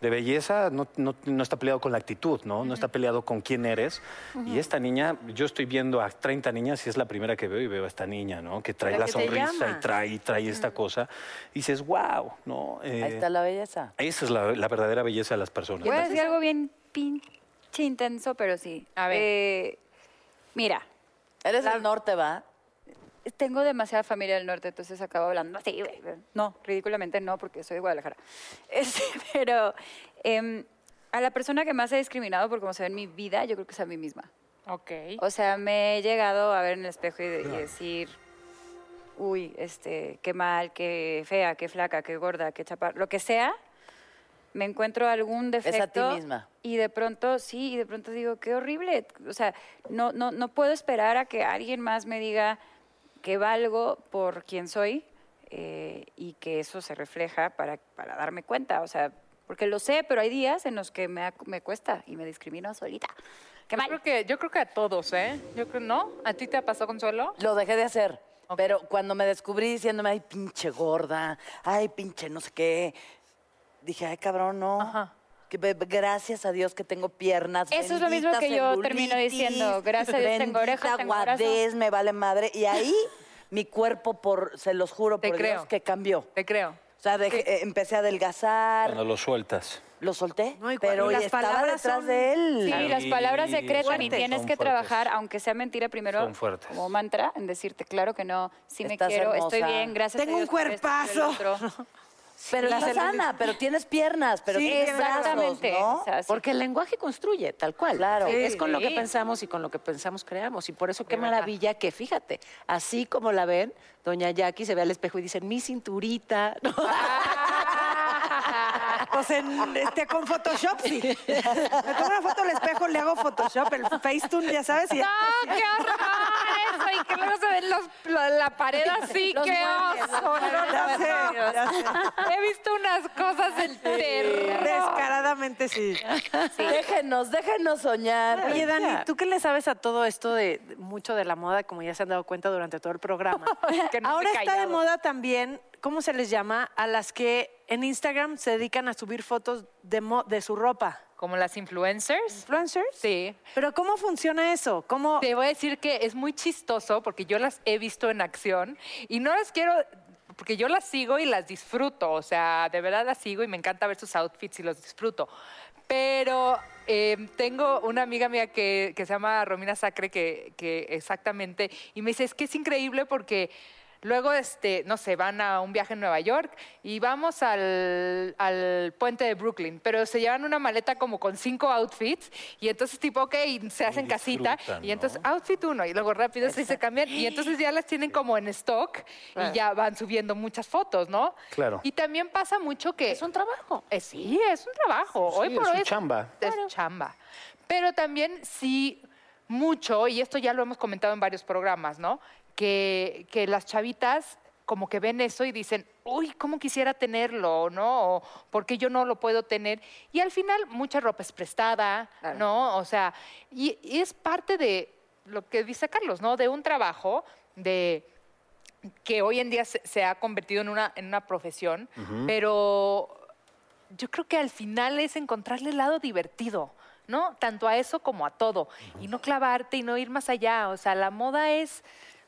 de belleza no, no- no está peleado con la actitud, ¿no? No está peleado con quién eres. Y esta niña, yo estoy viendo a 30 niñas y es la primera que veo y veo a esta niña, ¿no? Que trae La la, que te sonrisa llama. y trae, y trae esta cosa. Y dices, wow, ¿no? Eh, Ahí está la belleza. Esa es la, la verdadera belleza de las personas. Yo voy a decir algo bien pinche intenso, pero sí. A ver. Eh, mira, Eres del norte, ¿va? tengo demasiada familia del norte, entonces acabo hablando así. güey. No, ridículamente no, porque soy de Guadalajara. Este, pero em, a la persona que más he discriminado por cómo se ve en mi vida, yo creo que es a mí misma. Ok. O sea, me he llegado a ver en el espejo y, de- y decir, uy, este, qué mal, qué fea, qué flaca, qué gorda, qué chaparra, lo que sea. Me encuentro algún ti defecto. misma. Y de pronto, sí, y de pronto digo, qué horrible. O sea, no, no, no puedo esperar a que alguien más me diga que valgo por quien soy eh, y que eso se refleja para, para darme cuenta. O sea, porque lo sé, pero hay días en los que me, ac- me cuesta y me discrimino solita. Qué Yo mal. creo, que, yo creo que a todos, ¿eh? Yo creo, ¿no? ¿A ti te pasó, Consuelo? Lo dejé de hacer. Ok. Pero cuando me descubrí diciéndome, ay, pinche gorda, ay, pinche no sé qué, dije, ay, cabrón, no. Ajá. Que be- be- gracias a Dios que tengo piernas. Eso es lo mismo que yo termino celulitis, diciendo, gracias a Dios tengo bendita orejas, tengo guadez, brazos. me vale madre. Y ahí mi cuerpo, por, se los juro Te por creo. Dios, que cambió. O Te creo. sea, dejé- eh, empecé a adelgazar, Cuando lo sueltas. lo solté, No, y cu- y pero y las estaba palabras detrás son- de él. Sí, Claro. las palabras Y secretan y fuertes. tienes Son que fuertes. trabajar, aunque sea mentira primero, Son fuertes. como mantra, en decirte, claro que no, sí me Estás quiero, estoy hermosa. bien, gracias Tengo a un Dios por esto, por el cuerpazo. otro. Pero La estás celulitis. sana, pero tienes piernas, pero Sí, tienes Exactamente. brazos, ¿no? o sea, sí. Porque el lenguaje construye, tal cual. Claro. Sí, es con lo que Sí. pensamos y con lo que pensamos creamos. Y por eso qué De verdad. maravilla que, fíjate, así como la ven, doña Jackie se ve al espejo y dice, mi cinturita. ¿no? Pues en, este, con Photoshop sí. Me tomo una foto al espejo, le hago Photoshop, el Facetune, ya sabes. Y, ¡No, qué horror eso! Y que luego se ven los, la, la pared así, Los qué muebles, los oso. No, muebles, no, ya sé, no. ya sé. He visto unas cosas del terror. Descaradamente sí. Déjenos, déjenos soñar. Oye, Dani, ¿tú qué le sabes a todo esto de de mucho de la moda, como ya se han dado cuenta durante todo el programa? Que no Ahora me he está de callado. moda también, ¿cómo se les llama? A las que en Instagram se dedican a subir fotos de, mo- de su ropa. Como las influencers. ¿Influencers? Sí. Pero ¿cómo funciona eso? ¿Cómo? Te voy a decir que es muy chistoso porque yo las he visto en acción y no las quiero porque yo las sigo y las disfruto, o sea, de verdad las sigo y me encanta ver sus outfits y los disfruto. Pero eh, tengo una amiga mía que, que se llama Romina Sacre, que, que exactamente, y me dice, es que es increíble porque luego, este, no sé, van a un viaje en Nueva York y vamos al, al puente de Brooklyn, pero se llevan una maleta como con cinco outfits y entonces tipo, ok, se hacen casita disfrutan, y entonces ¿no? outfit uno y luego rápido se, se cambian y entonces ya las tienen como en stock y ya van subiendo muchas fotos, ¿no? Claro. Y también pasa mucho que... Es un trabajo. Eh, sí, es un trabajo. Sí, Hoy por es hoy su chamba. Es chamba. Pero también sí mucho, y esto ya lo hemos comentado en varios programas, ¿no? Que, que las chavitas como que ven eso y dicen, uy, ¿cómo quisiera tenerlo? ¿No? O, ¿Por qué yo no lo puedo tener? Y al final mucha ropa es prestada, Claro. ¿no? O sea, y, y es parte de lo que dice Carlos, ¿no? De un trabajo, de que hoy en día se, se ha convertido en una, en una profesión, pero yo creo que al final es encontrarle el lado divertido, ¿no? Tanto a eso como a todo. Y no clavarte y no ir más allá. O sea, la moda es,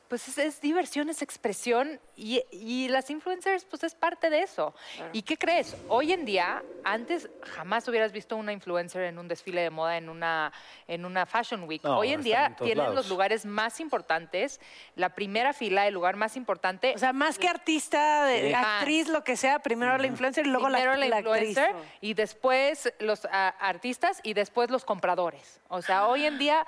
pues es, es diversión, es expresión y, y las influencers, pues es parte de eso. ¿Y qué crees? Hoy en día, antes jamás hubieras visto una influencer en un desfile de moda, en una, en una Fashion Week. No, Hoy en están día en todos tienen los lados. lugares más importantes, la primera fila, el lugar más importante. O sea, más que artista, de- Sí. actriz, lo que sea, primero la influencer y luego la- Primero la, la, actriz. influencer y después los ah, artistas y después los compradores. O sea, hoy en día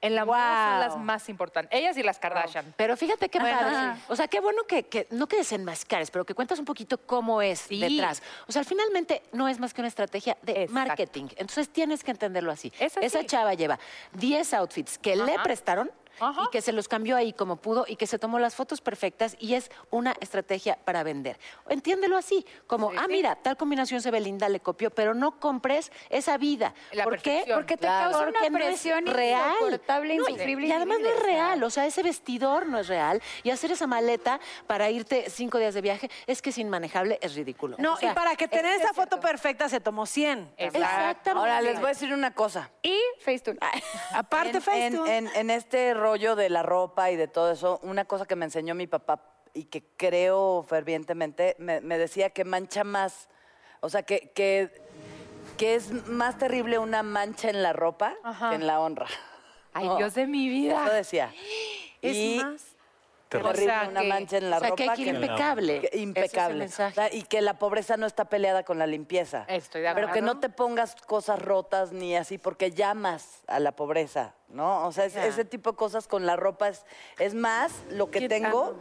en la moda son las Wow. más importantes. Ellas y las Kardashian. Pero fíjate qué Ajá. padre. O sea, qué bueno que, que- no que desenmascares, pero que cuentas un poquito cómo es Sí. detrás. O sea, finalmente no es más que una estrategia de Exacto. marketing. Entonces tienes que entenderlo así. Es así. Esa chava lleva 10 outfits que le prestaron. Ajá. Y que se los cambió ahí como pudo y que se tomó las fotos perfectas y es una estrategia para vender. Entiéndelo así, como, ah, mira, tal combinación se ve linda, le copió, pero no compres esa vida. La ¿Por qué? perfección. Porque te causa una no es presión real. insoportable, No, y- insufrible, Y además no es invivible, o sea. real, o sea, ese vestidor no es real. Y hacer esa maleta para irte cinco días de viaje es que es inmanejable, es ridículo. No, O sea, y para que tener esa foto perfecta se tomó 100. Eh, Exacto. Ahora les voy a decir una cosa. Y Facetune. Aparte, en, Facebook. en- en- en este rollo de la ropa y de todo eso, una cosa que me enseñó mi papá y que creo fervientemente, me, me decía que mancha más, o sea, que, que, que es más terrible una mancha en la ropa Ajá. que en la honra. Ay, No. Dios de mi vida. Oh. Eso decía. Es y más. terrible O sea, una que- mancha en la o sea, ropa. que hay que ir impecable. que- Ese es el impecable. mensaje. O sea, y que la pobreza no está peleada con la limpieza. Estoy de acuerdo. Pero que no te pongas cosas rotas ni así, porque llamas a la pobreza, ¿no? O sea, es- ese tipo de cosas con la ropa es, es más lo que tengo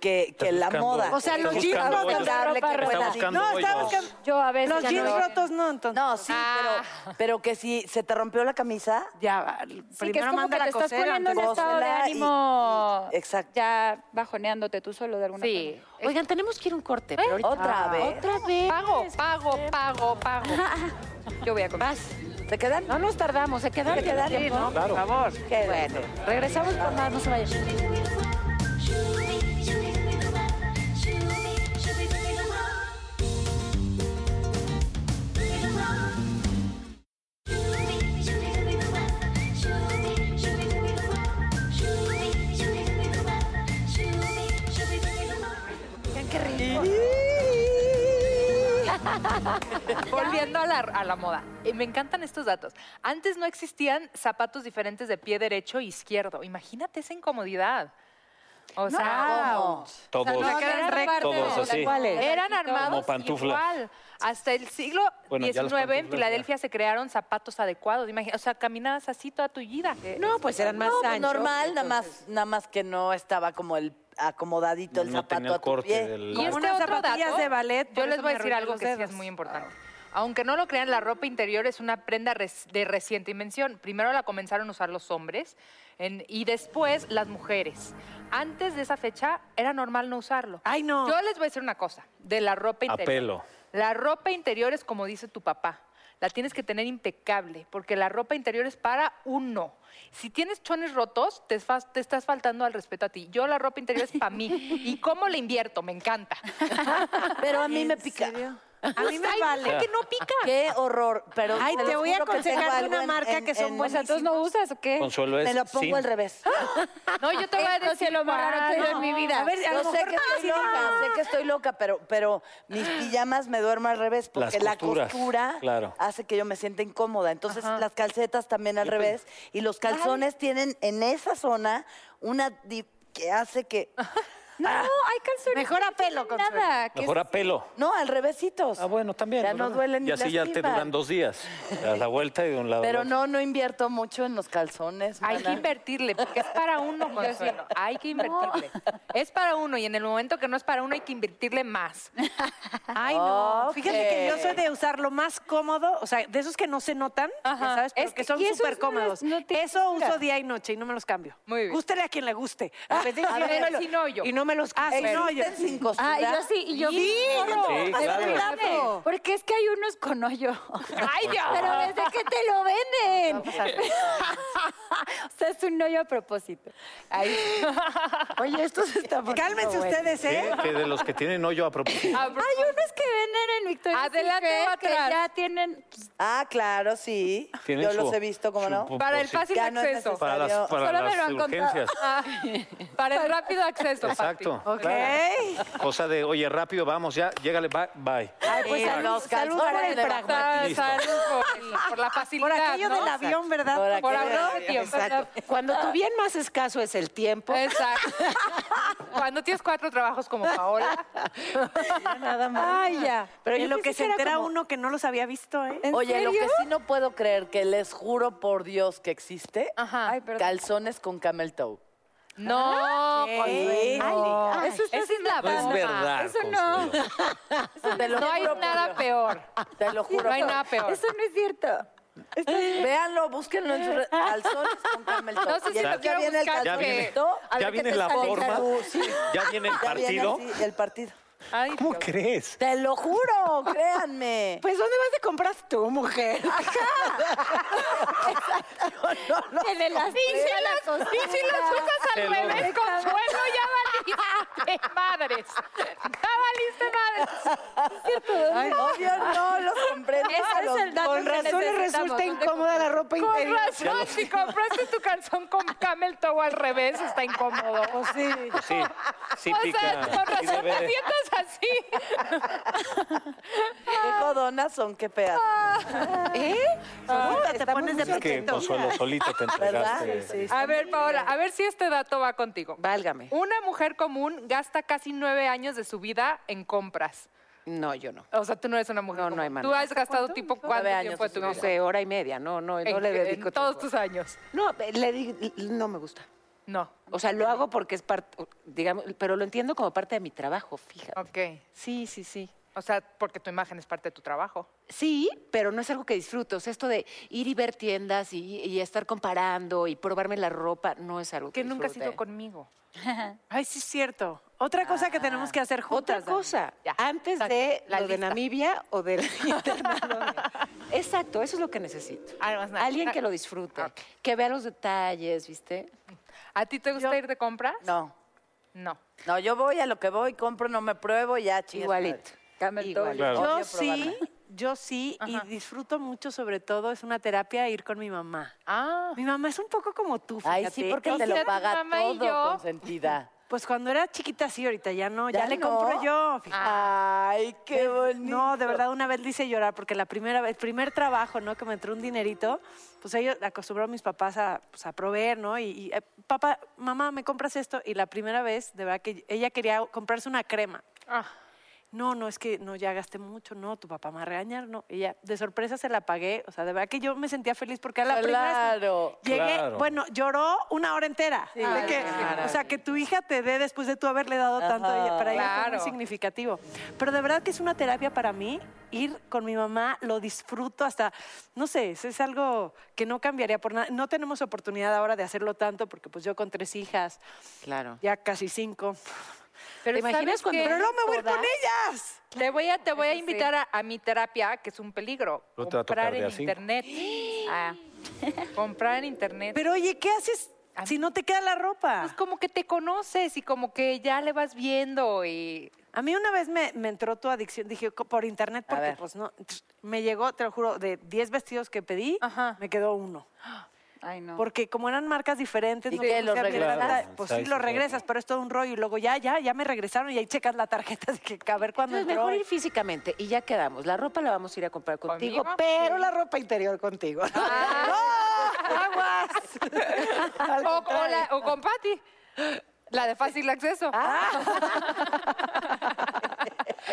que, que Estás la buscando- moda. O sea, estás los Que jeans buscando rotos, hoyos. la impecable, ropa que rota. buena. Estás buscando No, hoyos. estaba buscando- Yo a veces Los ya jeans no- rotos no, entonces. No, sí, Ah. pero, pero que si se te rompió la camisa, ya, va, Sí, que es primero como que manda te la estás cosera. poniendo en antes- estado de Gózala y- ánimo. y- exacto. Ya bajoneándote tú solo de alguna Sí. Oigan, tenemos que ir a un corte. pero ahorita- otra Ah, vez. Otra vez. Pago, pago, pago, pago. forma. Yo voy a comer. Vas. ¿te quedan? No nos tardamos, se quedan. quedan, ¿no? Claro. Por favor. Bueno, regresamos por más, no se vayan. Volviendo a la, a la moda, Eh, me encantan estos datos. Antes no existían zapatos diferentes de pie derecho e izquierdo. Imagínate esa incomodidad. O sea, ¿cómo? Todos. O sea, no, quedan eran rectos. parte de- Todos así. ¿Cuáles? Eran Como armados pantuflas. igual. Hasta el siglo Bueno, ya las XIX en pantuflas, Filadelfia ya. se crearon zapatos adecuados. Imagina- o sea, caminabas así toda tullida. No, pues eran más No, pues, anchos, normal, nada entonces- más, nada más que no estaba como el acomodadito el No zapato tenía el a tu corte pie. del- Y Como este unas otro zapatillas dato, de ballet, yo por les eso voy a me decir arruiné algo los que sí es dedos. muy importante. Aunque no lo crean, la ropa interior es una prenda res- de reciente invención. Primero la comenzaron a usar los hombres en- y después las mujeres. Antes de esa fecha era normal no usarlo. Ay, no. Yo les voy a decir una cosa de la ropa A interior. pelo. La ropa interior es como dice tu papá. La tienes que tener impecable, porque la ropa interior es para uno. Si tienes chones rotos, te, fas- te estás faltando al respeto a ti. Yo la ropa interior es para mí. ¿Y cómo le invierto? Me encanta. Pero a mí me pica. A mí me Ay, vale. ay, que no pica. Qué horror. Pero Ay, te los voy a juro que aconsejar tengo de algo una en- marca en- que son en- O sea, ¿tú Pues no usas o qué? Consuelo es Me lo pongo sin. al revés. No, yo te voy Eh, a decir lo más raro que he oído en mi vida. A ver, a yo lo sé mejor que estoy loca, sé que estoy loca, pero, pero mis pijamas me duermo al revés porque Las la costuras, costura claro. hace que yo me sienta incómoda. Entonces las calcetas también al revés y los calzones tienen en esa zona una di- que hace que No, hay calzones. Mejor a pelo, con Nada. que Mejor a pelo. no, al revésitos. Ah, bueno, también. Ya no duelen ni Y así ya te lastiman. duran dos días. A la vuelta y de un lado. Pero al otro. no, no invierto mucho en los calzones. Hay que mana. invertirle, porque es para uno, Consuelo. Hay que invertirle. Es para uno, y en el momento que no es para uno, hay que invertirle más. Ay, no. Ok. Fíjate que yo soy de usar lo más cómodo, o sea, de esos que no se notan, ya Ajá. ¿sabes? Pero Es que que- son y esos súper no cómodos. los- no tienen Eso textura. uso día y noche y no me los cambio. Muy bien. Gústele a quien le guste. Pues, a ver, sin hoyo. Y no me los Ah, sin ¿Existen hoyo. sin costura? Ah, y yo sí, y yo Sí, Sí, Pero claro. espérame, Porque es que hay unos con hoyo. ¡Ay, Dios! Pero desde que te lo venden. o sea, es un hoyo a propósito. Ay. Oye, esto se está poniendo Cálmense bueno. ustedes, ¿eh? ¿Qué? Que de los que tienen hoyo a propósito. Ah, Hay unos que venden en Victoria Adelante o que atrás. ya tienen Ah, claro, sí. Tienen Yo su- los he visto, ¿cómo su no? pomposito. Para el fácil Ya no es acceso. Para las, para Solo me las lo han contado. urgencias. Ah, para el rápido acceso, papi. Exacto. claro. Cosa de, oye, rápido, vamos, ya, llégale, bye. bye. Ay, pues Eh, a los salud calzones por el de pragma- Sa- Listo. salud por, por la facilidad, Por aquello ¿no? del avión, ¿verdad? Por Por aquello Porque- del ahorrar avión. tiempo. Exacto. Cuando tu bien más escaso es el tiempo, Exacto. Cuando tienes cuatro trabajos como Paola, nada más. Ay, ya. Pero yo lo pensé que que se era entera como- uno que no los había visto, ¿eh? Oye, lo que sí no puedo creer, que les juro por Dios que existe, Ajá. Ay, Ah, perdón. calzones con camel toe. no, ¿Qué? Consuelo. Eso está esa es la No es banda. verdad. Eso no. Consuelo. Te lo No hay juro por nada Dios. peor. Te lo juro. No hay por- nada peor. Eso no es cierto. Véanlo, búsquenlo en sus re- calzones con camel toe. No sé Y si lo entonces quiero viene el Ya buscar, calzón viene, toe, ya a ver qué viene te la sale. forma, Uh, sí. ya viene el Ya viene partido. así, el partido. Ay, ¿Cómo Dios. crees? Te lo juro, créanme. pues ¿dónde vas de compras tú, mujer? No, no. En el Y si los usas Te al lo- revés, Consuelo, ya valiste madres. Ya valiste Ay, obvio, no los compré. Ese es el dato Con que razón le necesitamos, resulta ¿dónde incómoda la ropa madres. Con interior. razón, si compraste tu calzón con camel toe al revés, está incómodo. Pues Sí, sí o pica. sea, con sí razón debe te de- sientas así. ¿Qué jodonas son? Qué pedazo. Solita, te pones de Es que pechito. Consuelo solita te ¿Verdad? entregaste. Sí, sí. A ver, Paola, a ver si este dato va contigo. Válgame. Una mujer común gasta casi nueve años de su vida en compras. No, yo no. O sea, tú no eres una mujer No, no común. hay manera. Tú has gastado tipo cuánto Nueve tiempo de años tu de vida. No sé, hora y media. No, no, no En- le dedico en todos tiempo. tus años. No, le di- no me gusta. No. O sea, lo hago porque es parte, digamos, pero lo entiendo como parte de mi trabajo, fíjate. Ok. Sí, sí, sí. O sea, porque tu imagen es parte de tu trabajo. Sí, pero no es algo que disfruto. O sea, esto de ir y ver tiendas y, y estar comparando y probarme la ropa no es algo que Que nunca has disfrute. ido conmigo. Ay, sí es cierto. Otra cosa que tenemos que hacer juntas. Otra cosa, Ya. antes Exacto, de la lo de lista. Namibia o del internado. Exacto, eso es lo que necesito. Ah, más nada. Alguien que lo disfrute, Ok. que vea los detalles, ¿viste? ¿A ti te gusta ir de compras? No. No. No, yo voy a lo que voy, compro, no me pruebo, ya, chingas. Igualito. Camel toe. Igualito. Claro. Yo Odio probarla. sí, yo sí, y disfruto mucho, sobre todo, es una terapia ir con mi mamá. Ah. Mi mamá es un poco como tú, fíjate. Ay, sí, porque Y te lo Fíjate, paga mamá y yo. todo, consentida. Pues cuando era chiquita sí, ahorita ya no, ya, ¿Ya le no? compro yo. fíjate. Ay, qué bonito. No, de verdad, una vez le hice llorar porque la primera vez, el primer trabajo, ¿no? Que me entró un dinerito, pues ellos acostumbraron a mis papás a, pues, a proveer, ¿no? Y, y, eh, papá, mamá, ¿me compras esto? Y la primera vez, de verdad, que ella quería comprarse una crema. Ah. No, no, es que no, ya gasté mucho, no, tu papá me va a regañar, no. Y ya, de sorpresa se la pagué, o sea, de verdad que yo me sentía feliz porque era la primera vez que Claro. Llegué, Claro. bueno, lloró una hora entera. De Ay, que- qué maravilla. o sea, que tu hija te dé después de tú haberle dado tanto, Ajá. ella- para ella fue muy Claro. significativo. Pero de verdad que es una terapia para mí. Ir con mi mamá, lo disfruto hasta, no sé, es, es algo que no cambiaría por nada. No tenemos oportunidad ahora de hacerlo tanto porque pues yo con tres hijas, Claro. ya casi cinco. Pero ¿Te imaginas ¿sabes cuando- qué? Pero no me voy a ir con ¿Todas? ellas. Te voy a, te voy a Eso sí. invitar a, a mi terapia, que es un peligro. Luego te va a tocar Comprar de en a cinco. internet. Ah. Comprar en internet. Pero oye, ¿qué haces a Pues Si no te queda la ropa. Es como que te conoces y como que ya le vas viendo y... A mí una vez me, me entró tu adicción, dije, co- por internet, A porque ver. pues no, me llegó, te lo juro, de 10 vestidos que pedí, Ajá. me quedó uno. Ay, no. Porque como eran marcas diferentes, ¿Y no qué, puse los a mirar regresas? nada. Claro, Pues sí, sí, sí, los sí. regresas, pero es todo un rollo. Y luego ya, ya, ya me regresaron y ahí checas la tarjeta, así que a ver cuándo Entonces, entró. Pues mejor ir físicamente y ya quedamos. La ropa la vamos a ir a comprar contigo, ¿Conmigo? pero la ropa interior contigo. Ah. ¡Oh! O, o la- o con Patty. La de fácil acceso. Ah,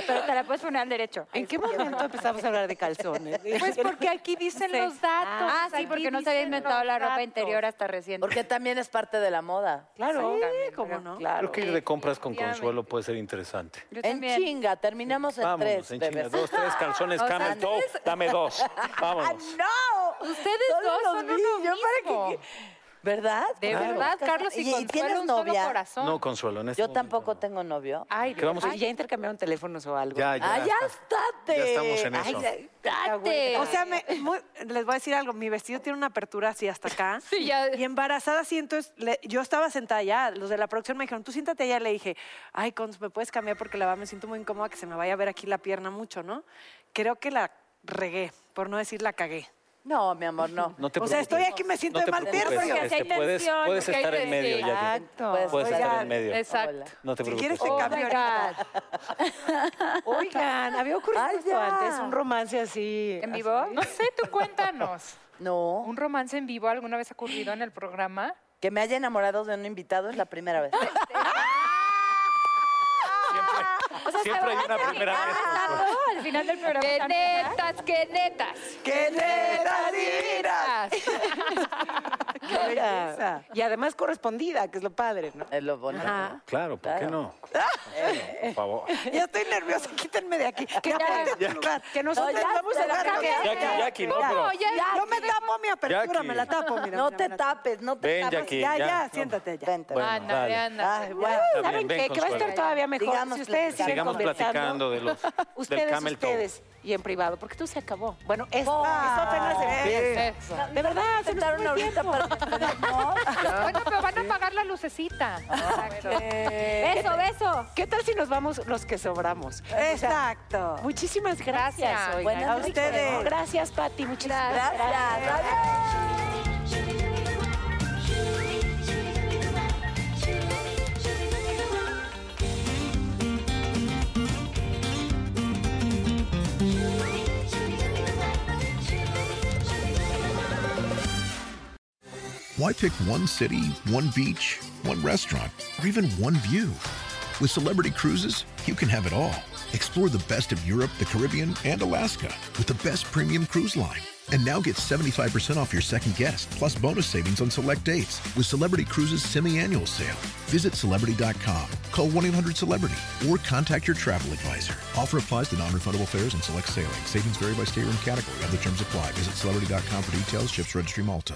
Pero te la puedes poner al derecho. ¿En qué momento empezamos a hablar de calzones? Pues porque aquí dicen los datos. Ah, sí, aquí porque no se había dicen inventado los la ropa datos. interior hasta reciente. Porque también es parte de la moda. claro. Exactamente. ¿Cómo no? Creo Claro. que ir de compras con consuelo puede ser interesante. Yo En también. chinga, terminamos en Vámonos, tres. en chinga. bebés. Dos, tres calzones, O sea, camel toe. Dame dos. ¡Ah, Vámonos. no! Ustedes Solo dos los son vi, uno yo para mismo. que- ¿Verdad? De Claro. verdad, Carlos y, Consuelo, tienes un solo novia? corazón. No, consuelo, en este Yo momento tampoco no. tengo novio. Ay, ¿Qué vamos a- ay, ya intercambiaron teléfonos o algo. Ya, ya. ¡Ah, ya está. estate! Ya estamos en eso. Ay, ¡Date! O sea, me- muy- les voy a decir algo. Mi vestido tiene una apertura así hasta acá. Sí, ya. Y embarazada así, entonces le- yo estaba sentada allá. Los de la producción me dijeron, tú siéntate allá. Le dije, ay, Cons, ¿me puedes cambiar? Porque la verdad me siento muy incómoda que se me vaya a ver aquí la pierna mucho, ¿no? Creo que la regué, por no decir la cagué. No, mi amor, no. No te O sea, preocupes. estoy aquí, me siento no de te mal preocupes, tercio. porque este, hay puedes, tensión, puedes porque hay estar en medio, tensión. Jackie. Puedes Puedes estar en Oigan, medio. Exacto. No te Si preocupes. quieres te Oh cambio. my God. Oigan, había ocurrido Ay, esto ya. antes, un romance así. ¿En vivo? No sé, tú cuéntanos. No. ¿Un romance en vivo alguna vez ha ocurrido en el programa? Que me haya enamorado de un invitado es la primera vez. Ah. O sea, Siempre hay se va a una primera terminar vez. Oh. besando Al final del programa. ¡Qué ¿se van a besar? netas, qué netas! ¡Qué neta Qué belleza. Y además correspondida, que es lo padre, ¿no? Es lo bonito. Claro, ¿por qué Claro. no? Por favor. Ya estoy nerviosa, quítenme de aquí. Que apunte tu lugar. Que nosotros No, ya, vamos te a la dar cambié. que- Jackie, Jackie, no, pero... Yo me tapo mi apertura, Jackie. me la tapo, mira. No mira, te me la tapo. tapes, no te Ven, tapes. Jackie, Ya, ya, ya, no. siéntate ya. Vente. Bueno, Ándale, dale. ándale. Ay, bueno. Está bien, ¿Saben ven, qué? Que va a Consuelo. estar todavía mejor Sigamos si ustedes platicando. siguen Sigamos conversando. platicando de los, del Ustedes, camel toe. ustedes. Y en privado, porque tú se acabó. Bueno, esto, Ah, esto apenas sí. es. Eso. De verdad, se nos Sentaron fue el ahorita tiempo. para despedirnos. Bueno, pero van a apagar la lucecita. Beso, beso. ¿Qué tal si nos vamos los que sobramos? Exacto. Muchísimas gracias. Gracias. oigan. Buenas A noches. ustedes. Gracias, Pati. Muchísimas Gracias. Adiós. Why pick one city, one beach, one restaurant, or even one view? With Celebrity Cruises, you can have it all. Explore the best of Europe, the Caribbean, and Alaska with the best premium cruise line. And now get 75% off your second guest, plus bonus savings on select dates with Celebrity Cruises semi-annual sale. Visit Celebrity.com, call 1-800-CELEBRITY, or contact your travel advisor. Offer applies to non-refundable fares and select sailing. Savings vary by stateroom category. Other terms apply. Visit Celebrity.com for details. Ships Registry Malta.